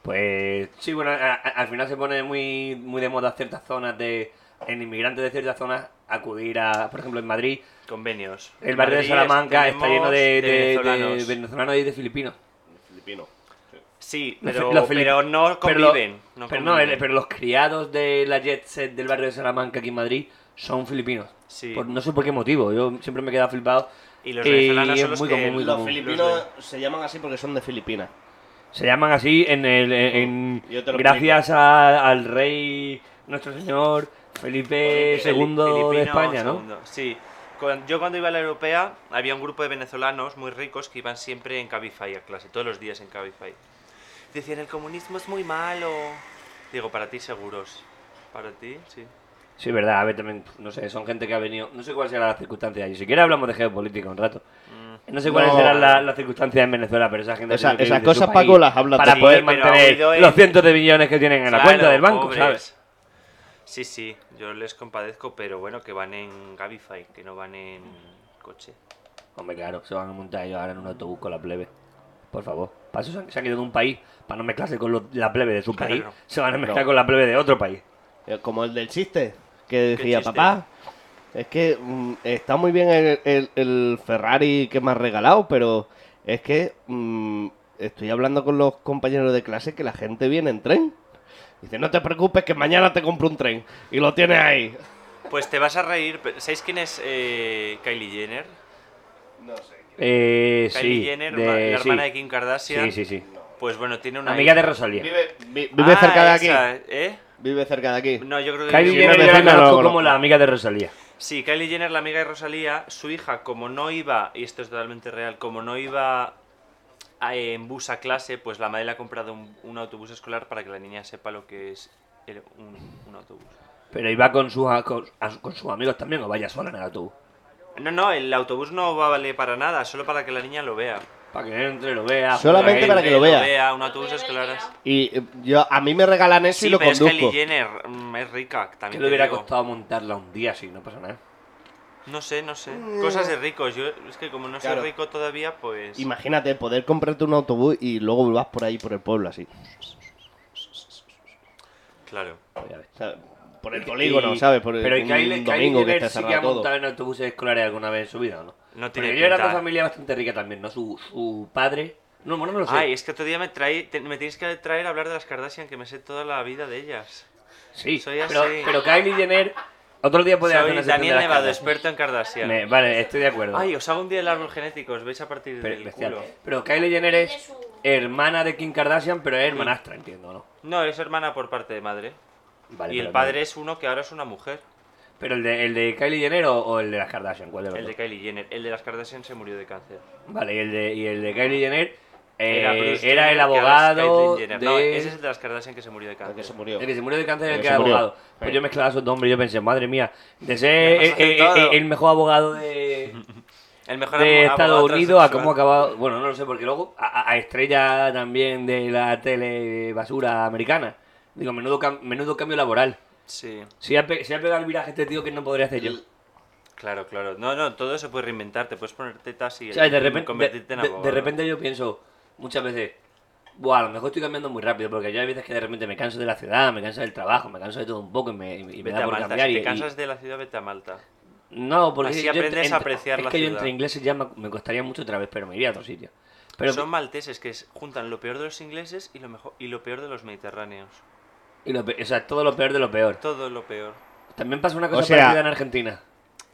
B: Pues sí, bueno, a- a- al final se pone muy, muy de moda ciertas zonas de. En inmigrantes de ciertas zonas, acudir a. Por ejemplo, en Madrid,
D: Convenios.
B: el barrio de
D: Madrid
B: Salamanca está
D: tenemos
B: lleno de, de- de
D: venezolanos.
B: venezolanos y de filipinos.
A: Filipino.
D: Sí,
B: Los
D: pero,
B: fi- los filip-
D: pero no
B: pero lo-
D: conviven. no
B: pero no,
D: conviven.
B: el- pero los criados de la jet set del barrio de Salamanca aquí en Madrid son filipinos.
D: Sí.
B: Por- no sé por qué motivo, yo siempre me he quedado flipado.
D: Y los venezolanos
B: es
D: son los
B: muy
D: que-
B: común, muy
D: los
A: Los
B: común.
D: fili-
A: filipinos se llaman así porque son de Filipinas.
B: Se llaman así en el, en-
A: Yo te lo
B: gracias a- al rey, nuestro señor Felipe
D: Fili-
B: II de
D: filipino,
B: España, ¿no?
D: segundo. Sí. Cuan- yo cuando iba a la europea había un grupo de venezolanos muy ricos que iban siempre en Cabify a clase, todos los días en Cabify. Decían, el comunismo es muy malo. Digo, para ti seguros. Para ti, sí.
B: Sí, verdad, a ver, también, no sé, son gente que ha venido, no sé cuál será la circunstancia, ni siquiera hablamos de geopolítica un rato.
D: Mm.
B: No sé cuáles
A: No.
B: serán la- las circunstancias en Venezuela, pero esa gente ha
A: Esa-
B: tenido que
A: esas
B: ir de su
A: cosas,
B: país
A: Paco, las hablas
B: para
A: tú.
B: poder
D: Sí, pero ha
B: mantener
D: habido el-
B: los cientos de millones que tienen en la
D: Claro,
B: cuenta del banco,
D: pobres.
B: ¿sabes?
D: Sí, sí, yo les compadezco, pero bueno, que van en Cabify, que no van en coche.
B: Hombre, claro, se van a montar ellos ahora en un autobús con la plebe. Por favor, para eso se han, se han ido de un país, para no mezclarse con lo- la plebe de su
D: Claro.
B: país, se van a mezclar
A: No.
B: con la plebe de otro país.
A: Eh, Como el del chiste, que decía,
D: chiste?
A: papá, es que mm, está muy bien el, el- el Ferrari que me has regalado, pero es que mm, estoy hablando con los compañeros de clase que la gente viene en tren. Dice, no te preocupes que mañana te compro un tren y lo tienes ahí.
D: Pues te vas a reír. pero- ¿Sabéis quién es eh, Kylie Jenner?
B: Eh, sí,
D: Kylie Jenner,
B: de-
D: ma- la
B: sí.
D: hermana de Kim Kardashian.
B: Sí, sí, sí.
D: Pues bueno, tiene una. Ah,
B: Amiga de Rosalía.
A: Vive, vi-
B: Ah,
A: vive cerca de aquí.
D: esa, ¿Eh?
A: Vive cerca de aquí.
D: No, yo creo que.
B: Kylie
A: Sí,
B: Jenner
A: una
B: yo la
A: vecina no la
B: conozco como
A: conozco.
B: la amiga de Rosalía.
D: Sí, Kylie Jenner, la amiga de Rosalía, su hija, como no iba, y esto es totalmente real, como no iba a- en bus a clase, pues la madre le ha comprado un, un autobús escolar para que la niña sepa lo que es el- un, un autobús.
B: Pero iba con sus, a- con, a- con sus amigos también, o vaya sola en el autobús.
D: No, no, el autobús no vale para nada, solo para que la niña lo vea.
B: Para que entre, lo vea.
A: Solamente
B: juegue.
A: para que lo vea.
D: un autobús escolar. es-
A: Y eh, yo, a mí me regalan eso
D: Sí,
A: y lo
D: pero es Kylie
A: conduzco.
D: Jenner, mm, es rica,
B: Que
D: también
B: le
D: te
B: hubiera
D: digo.
B: costado montarla un día si no pasa nada.
D: No sé, no sé.
B: Mm.
D: Cosas de ricos, yo es que como no
A: Claro.
D: soy rico todavía, pues...
A: Imagínate poder comprarte un autobús y luego vas por ahí por el pueblo así.
D: Claro.
B: Pues ya ves.
A: O sea, por el polígono,
B: Y-
A: ¿sabes? Por el
B: pero
A: un
B: Kylie, Kylie
A: domingo que
B: Jenner
A: está
B: sí que ha
A: cerrado todo.
B: montado en autobuses escolares alguna vez en su vida, ¿o ¿no?
D: No
B: Porque
D: tiene
B: yo era de
D: pinta.
B: una familia bastante rica también, ¿no? Su, su padre... No, bueno, no lo sé.
D: Ay, es que otro día me, traí, te- me tienes que traer a hablar de las Kardashian, que me sé toda la vida de ellas.
B: sí,
D: soy
B: pero,
D: así.
B: pero Kylie Jenner... Otro día podría hacer
D: Soy
B: una sección
D: Daniel
B: de las
D: Nevado,
B: Kardashian.
D: experto en Kardashian.
B: Me- Vale, estoy de acuerdo.
D: Ay, os hago un día el árbol genético, os veis a partir
B: Pero,
D: del
B: bestial.
D: culo.
B: Pero Kylie Jenner es hermana de Kim Kardashian,
D: Mm.
B: pero es hermanastra, entiendo, ¿no?
D: No, es hermana por parte de madre.
B: Vale,
D: y el
B: pero-
D: padre es uno que ahora es una mujer.
B: ¿Pero el de, el de Kylie Jenner o, o el de las Kardashian? ¿Cuál de los
D: El de
B: dos?
D: Kylie Jenner. El de las Kardashian se murió de cáncer.
B: Vale, y el de, y el de Kylie Jenner eh,
D: Era
B: era,
D: Bruce Jenner,
B: el
D: que ahora es
B: abogado
D: Caitlyn Jenner.
B: de...
D: No, ese es el de las Kardashian que se murió de
A: El que
D: cáncer.
A: se murió.
B: El que se murió de cáncer y el
A: El
B: que
A: que
B: era
A: se murió.
B: abogado. Pues
A: Sí.
B: yo mezclaba esos dos nombres y yo pensé, madre mía, de ser
D: Me
B: eh,
D: has
B: eh,
D: acertado.
B: eh, el mejor abogado de,
D: El mejor
B: de
D: abogado
B: Estados Unidos a
D: transexual.
B: cómo ha acabado. Bueno, no lo sé, porque luego a, a- a estrella también de la tele basura americana. Digo, menudo, cam- menudo cambio laboral.
D: Sí,
B: Si ha, pe- se ha pegado el viraje este tío que no podría hacer yo.
D: claro, claro. No, no, todo se puede reinventar. Te puedes poner tetas y
B: O sea, de repente, de,
D: convertirte en
B: de-
D: abogado.
B: de repente yo pienso muchas veces, Buah, a lo mejor estoy cambiando muy rápido, porque yo hay veces que de repente me canso de la ciudad, me canso del trabajo, me canso de todo un poco y me, y me
D: Vete
B: da
D: a
B: por
D: Malta.
B: cambiar.
D: Si
B: y-
D: te
B: y-
D: cansas de la ciudad, vete a Malta.
B: No, porque
D: Así
B: yo entre-
D: aprendes a
B: entre-
D: apreciar
B: es
D: la
B: que yo
D: ciudad.
B: entre ingleses ya me, me costaría mucho otra vez, pero me iría a otro sitio. Pero,
D: Son malteses que es- juntan lo peor de los ingleses y lo, mejor, y lo peor de los mediterráneos.
B: y lo pe- o sea, todo lo peor de lo peor.
D: Todo lo peor.
B: También pasa una cosa
A: sea-
B: parecida en Argentina.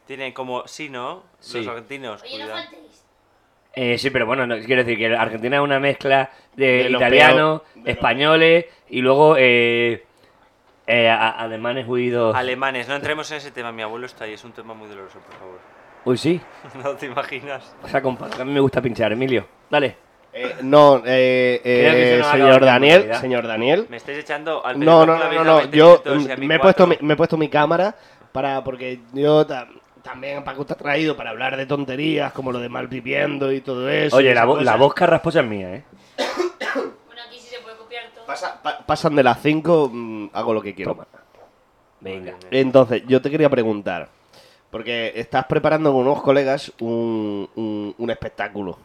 D: Tienen como, sí, ¿no?
B: Sí.
D: Los argentinos.
E: Oye, no
D: cuidado.
E: faltéis.
B: Eh, sí, pero bueno, no, quiero decir que Argentina es una mezcla de,
A: De lo
B: italianos,
A: peor, de lo-
B: españoles y luego eh, eh, a- alemanes huidos.
D: Alemanes, no entremos en ese tema. Mi abuelo está ahí, es un tema muy doloroso, por favor.
B: Uy, sí.
D: no te imaginas.
B: O sea, compa, a mí me gusta pinchar, Emilio. Dale.
A: Eh, no, eh,
B: Creo que se
A: eh,
B: nos ha acabado
A: señor
B: el
A: Daniel,
B: tiempo,
A: señor Daniel.
D: Me estáis echando al
A: No,
D: pelotón
A: no, no,
D: que habéis
A: no,
D: dado
A: no,
B: este
D: 20
A: Yo
D: minutos
A: mm,
D: y a mí
A: me he, puesto mi,
D: cuatro.
A: me he puesto mi cámara para porque yo ta- también Paco está traído para hablar de tonterías como lo de malviviendo y todo eso. y
B: Oye, la,
A: esas
B: vo- la
A: cosas.
B: voz carrasposa es mía, ¿eh?
E: Bueno, aquí sí se puede copiar todo.
A: Pasa- pa- pasan de las 5, hago lo que quiero.
B: Toma. Venga.
A: Entonces, yo te quería preguntar, porque estás preparando con unos colegas un, un- un espectáculo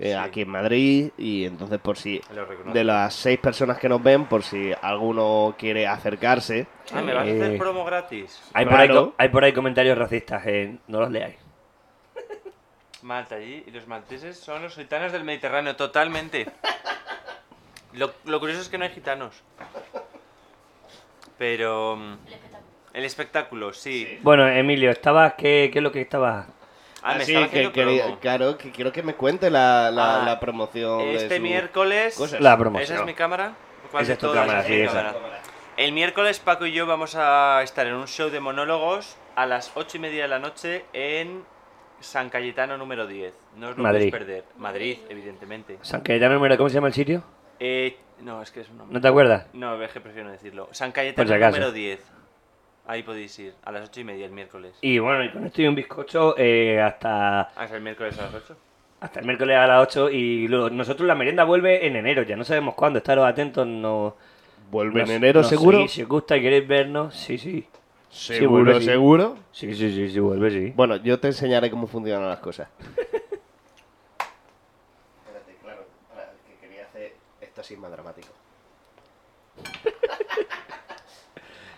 A: eh,
D: Sí.
A: aquí en Madrid y entonces por si
D: Lo reconozco.
A: de las seis personas que nos ven, por si alguno quiere acercarse,
D: Ah, ¿me vas a
B: Eh.
D: hacer promo gratis?
B: Hay por, ahí,
A: Claro.
B: co- hay por ahí comentarios racistas, eh, no los leáis.
D: Malta allí y los malteses son los gitanos del Mediterráneo, totalmente. Lo, lo curioso es que no hay gitanos. Pero mm,
E: El espectáculo.
D: el espectáculo, sí.
B: Bueno, Emilio, estabas, ¿qué, qué es lo que estabas?
D: Ah, me
A: Así
D: estaba
A: que
D: haciendo
A: quería-
D: promo.
A: claro, que quiero que me cuente la, la-
D: Ah,
A: la promoción de
D: Este
A: su-
D: miércoles.
A: cosas.
B: La promoción.
D: ¿Esa es mi cámara? ¿Cuál
B: Esa
D: de
B: es tu
D: todas?
B: cámara,
D: Esa
B: sí,
D: mi
B: esa.
D: cámara. El miércoles Paco y yo vamos a estar en un show de monólogos a las 8 y media de la noche en San Cayetano número 10. No os lo
B: Madrid.
D: podéis perder. Madrid, evidentemente.
B: San Cayetano número, ¿cómo se llama el sitio?
D: Eh, no, es que es un nombre.
B: ¿No te acuerdas?
D: No, es que prefiero no decirlo. San
B: Por si
D: Cayetano
B: acaso.
D: número 10. Ahí podéis ir, a las 8 y media el miércoles.
B: Y bueno, y con esto y un bizcocho eh, hasta,
D: Ah, es el miércoles a las 8.
B: hasta el miércoles a las 8 y lo- nosotros la merienda vuelve en enero, ya no sabemos cuándo, estaros atentos, no...
A: Vuelve
B: nos-
A: en enero,
B: nos
A: seguro.
B: seguís, si os gusta y queréis vernos, sí, sí.
A: seguro,
B: vuelve, sí.
A: seguro.
B: Sí, sí, sí, sí, vuelve, sí.
A: Bueno, yo te enseñaré cómo funcionan las cosas. Espérate, claro, para- que quería hacer esto así más dramático.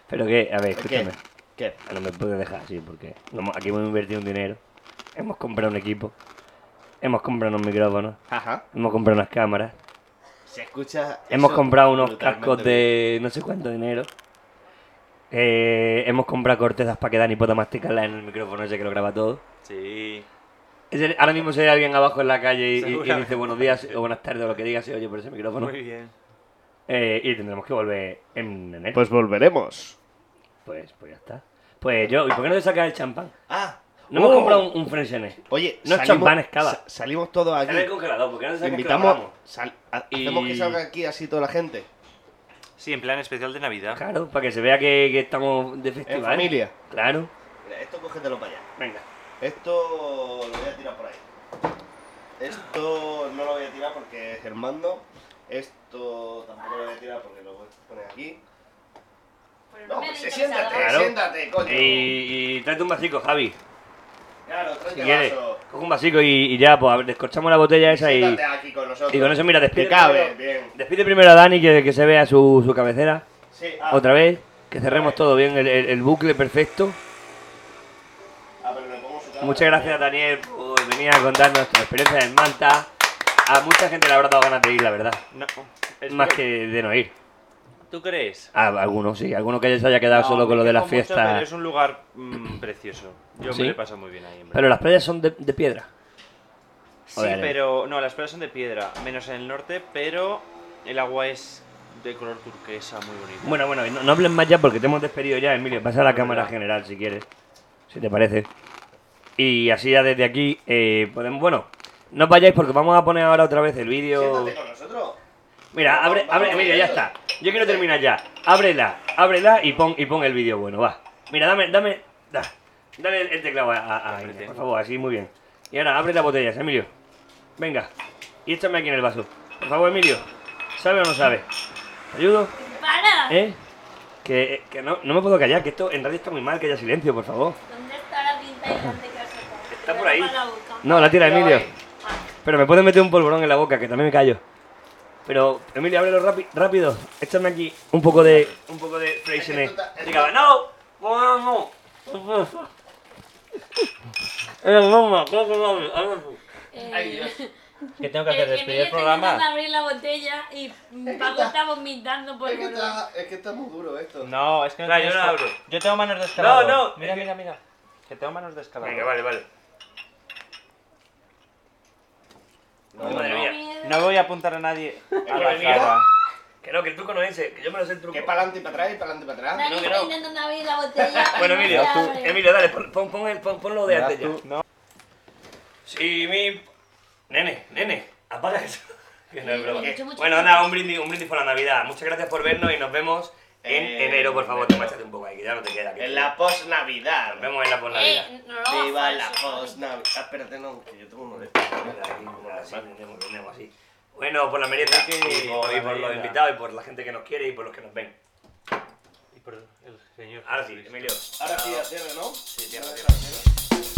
B: Pero que, a ver,
A: ¿Qué?
B: escúchame.
A: ¿Qué?
B: No me puedes dejar así porque hemos- aquí hemos invertido un dinero. Hemos comprado un equipo. Hemos comprado unos micrófonos.
A: Ajá.
B: Hemos comprado unas cámaras.
A: Se escucha.
B: Hemos
A: eso
B: comprado unos
A: brutalmente
B: cascos de no sé cuánto dinero. Eh, hemos comprado cortezas para que Dani pueda masticarlas en el micrófono ese que lo graba todo.
D: Sí.
B: Ese- Ahora mismo se ve alguien abajo en la calle y- y- y,
D: Seguramente.
B: dice buenos días o buenas tardes o lo que diga se oye por ese micrófono.
D: Muy bien.
B: Eh, y tendremos que volver en enero.
A: bien. Pues volveremos.
B: Pues, pues ya está. Pues yo, ¿y por qué no te sacas el champán?
A: Ah,
B: No hemos
A: ¡Oh!
B: comprado un, un French
A: Oye,
B: No es champán, es cava.
A: sa- salimos todos aquí.
B: En el congelador, porque no se
A: Invitamos. sal- ha- Hacemos que
B: Y-
A: salga aquí así toda la gente. ¿eh,
D: Sí, en plan especial de Navidad.
B: Claro, para que se vea que, que estamos de festival.
A: En familia.
B: Claro.
A: Mira, esto cógetelo para allá.
B: Venga.
A: Esto lo voy a tirar por ahí. Esto no lo voy a tirar porque es el mando. Esto tampoco lo voy a tirar porque lo voy a poner aquí.
E: Pero
A: No,
E: me
A: pues
E: digas
A: siéntate,
E: nada.
B: Claro.
A: siéntate, coño.
B: Y, y tráete un vasico, Javi.
A: Claro,
B: Si
A: tráete
B: quieres.
A: vaso.
B: Coge un vasico y, y ya, pues a ver, descorchamos la botella esa y,
A: Siéntate aquí con nosotros.
B: y con eso, mira, despide.
A: que cabe,
B: primero-
A: bien.
B: Despide primero a Dani que, que se vea su, su cabecera.
A: Sí, ah,
B: Otra vez. Que cerremos todo bien, el, el- el bucle perfecto.
A: ah, pero le pongo su cara.
B: Muchas gracias, Daniel, por venir a contarnos tu experiencia en Manta. A mucha gente le habrá dado ganas de ir, la verdad.
D: No, es
B: Más
D: por-
B: que de no ir.
D: ¿Tú crees?
B: A algunos sí, algunos que ya se haya quedado Ah, solo
D: No,
B: con lo
D: me
B: de la
D: quejo mucho,
B: fiesta.
D: pero es un lugar mm, precioso. Yo
B: ¿Sí?
D: me lo he pasado muy bien ahí. en
B: Pero las playas son de, de piedra.
D: Sí,
B: Joder, eh.
D: pero. No, las playas son de piedra, menos en el norte, pero el agua es de color turquesa, muy bonita.
B: Bueno, bueno, y no, no hablen más ya porque te hemos despedido ya, Emilio. Pasa a la
D: Verdad.
B: cámara general si quieres, si te parece. Y así ya desde aquí eh, podemos... Bueno, no os vayáis porque vamos a poner ahora otra vez el vídeo...
A: Siéntate con nosotros.
B: Mira, abre, abre, Emilio, ya está. Yo quiero terminar ya. Ábrela, ábrela y pon, y pon el vídeo bueno, va. Mira, dame, dame... da- dale el, el teclado a, a- a Inés, por favor, así muy bien. Y ahora, abre las botellas, Emilio. Venga, y échame aquí en el vaso. Por favor, Emilio, ¿sabe o no sabe? ¿Te ayudo?
E: ¡Para!
B: ¿Eh? Que, eh, que no, no me puedo callar, que esto en radio está muy mal, que haya silencio, por favor.
E: ¿Dónde está la cinta aislante que has sacado?
B: Está
E: Me
B: por
E: la
B: ahí.
E: tapa la boca.
B: No, la tira
A: Ya
B: Emilio.
A: voy.
B: Pero me pueden meter un polvorón en la boca, que también me callo. Pero, Emilio, ábrelo rápi- rápido. Échame aquí un poco de. Un poco de Freixenet.
A: esto está-
B: Diga, no, vamos. Es broma, creo que no, no.
E: Eh,
F: ¿Qué tengo que hacer?
E: que
F: ¿Despedir
E: Emilio
F: el
E: está
F: programa?
E: intentando abrir la botella y mm, Paco está vomitando por
A: Es
E: el
A: que,
E: botón.
A: está, es que está muy duro esto.
F: No, es que no
D: Claro, yo
F: tienes
D: no
F: que-
D: abro.
F: Yo tengo manos de escalador.
D: no,
F: Mira,
D: es que-
F: mira, mira. Que tengo manos de escalador.
B: Venga, vale, vale. Ay, madre mía.
F: No voy a apuntar a nadie a
B: Madre
F: la
B: mía.
F: cara.
B: Que no, que el truco no es ese, que yo me lo sé el truco.
A: Que para adelante y para atrás y para adelante y para atrás.
E: Dani
B: que
E: está
B: no.
E: intentando abrir la botella. y
B: Bueno,
E: no
B: Emilio,
E: se
B: tú-
E: abre.
B: Emilio, dale, pon, pon, pon el, pon, pon lo de antes ya.
F: No.
B: Sí, mi... Nene, nene, apaga eso. Que no es
E: Sí,
B: broma.
E: mucho, mucho,
B: bueno,
E: mucho.
B: nada, un brindis, un brindis por la Navidad. Muchas gracias por vernos y nos vemos en
A: Eh,
B: enero, por favor.
A: enero.
B: Te machate un poco ahí, que ya no te queda. que-
A: En la post-Navidad.
B: Nos vemos en la posnavidad.
E: Eh, no lo hagas
A: Viva la
E: falso, Javi.
A: post-Navidad. Ah, Espérate, no, que yo tengo uno de
B: Aquí, así, brindemos, brindemos así. Bueno, por la merienda.
D: Sí, que-
B: Y por,
D: por
B: y
D: la
B: por los
D: merienda.
B: invitados, y por la gente que nos quiere y por los que nos ven.
D: Y por el señor.
B: Ahora sí,
D: Jesucristo.
B: Emilio.
A: Ahora sí, ya cierre, ¿no? Sí,
B: cierra,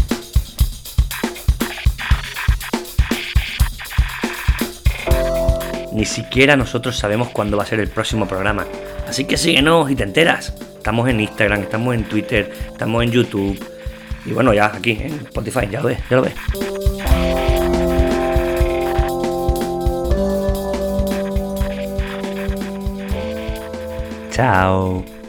G: Ni siquiera nosotros sabemos cuándo va a ser el próximo programa. Así que síguenos y te enteras. Estamos en Instagram, estamos en Twitter, estamos en YouTube. Y bueno, ya aquí en Spotify, ya lo ves, ya lo ves. Chao.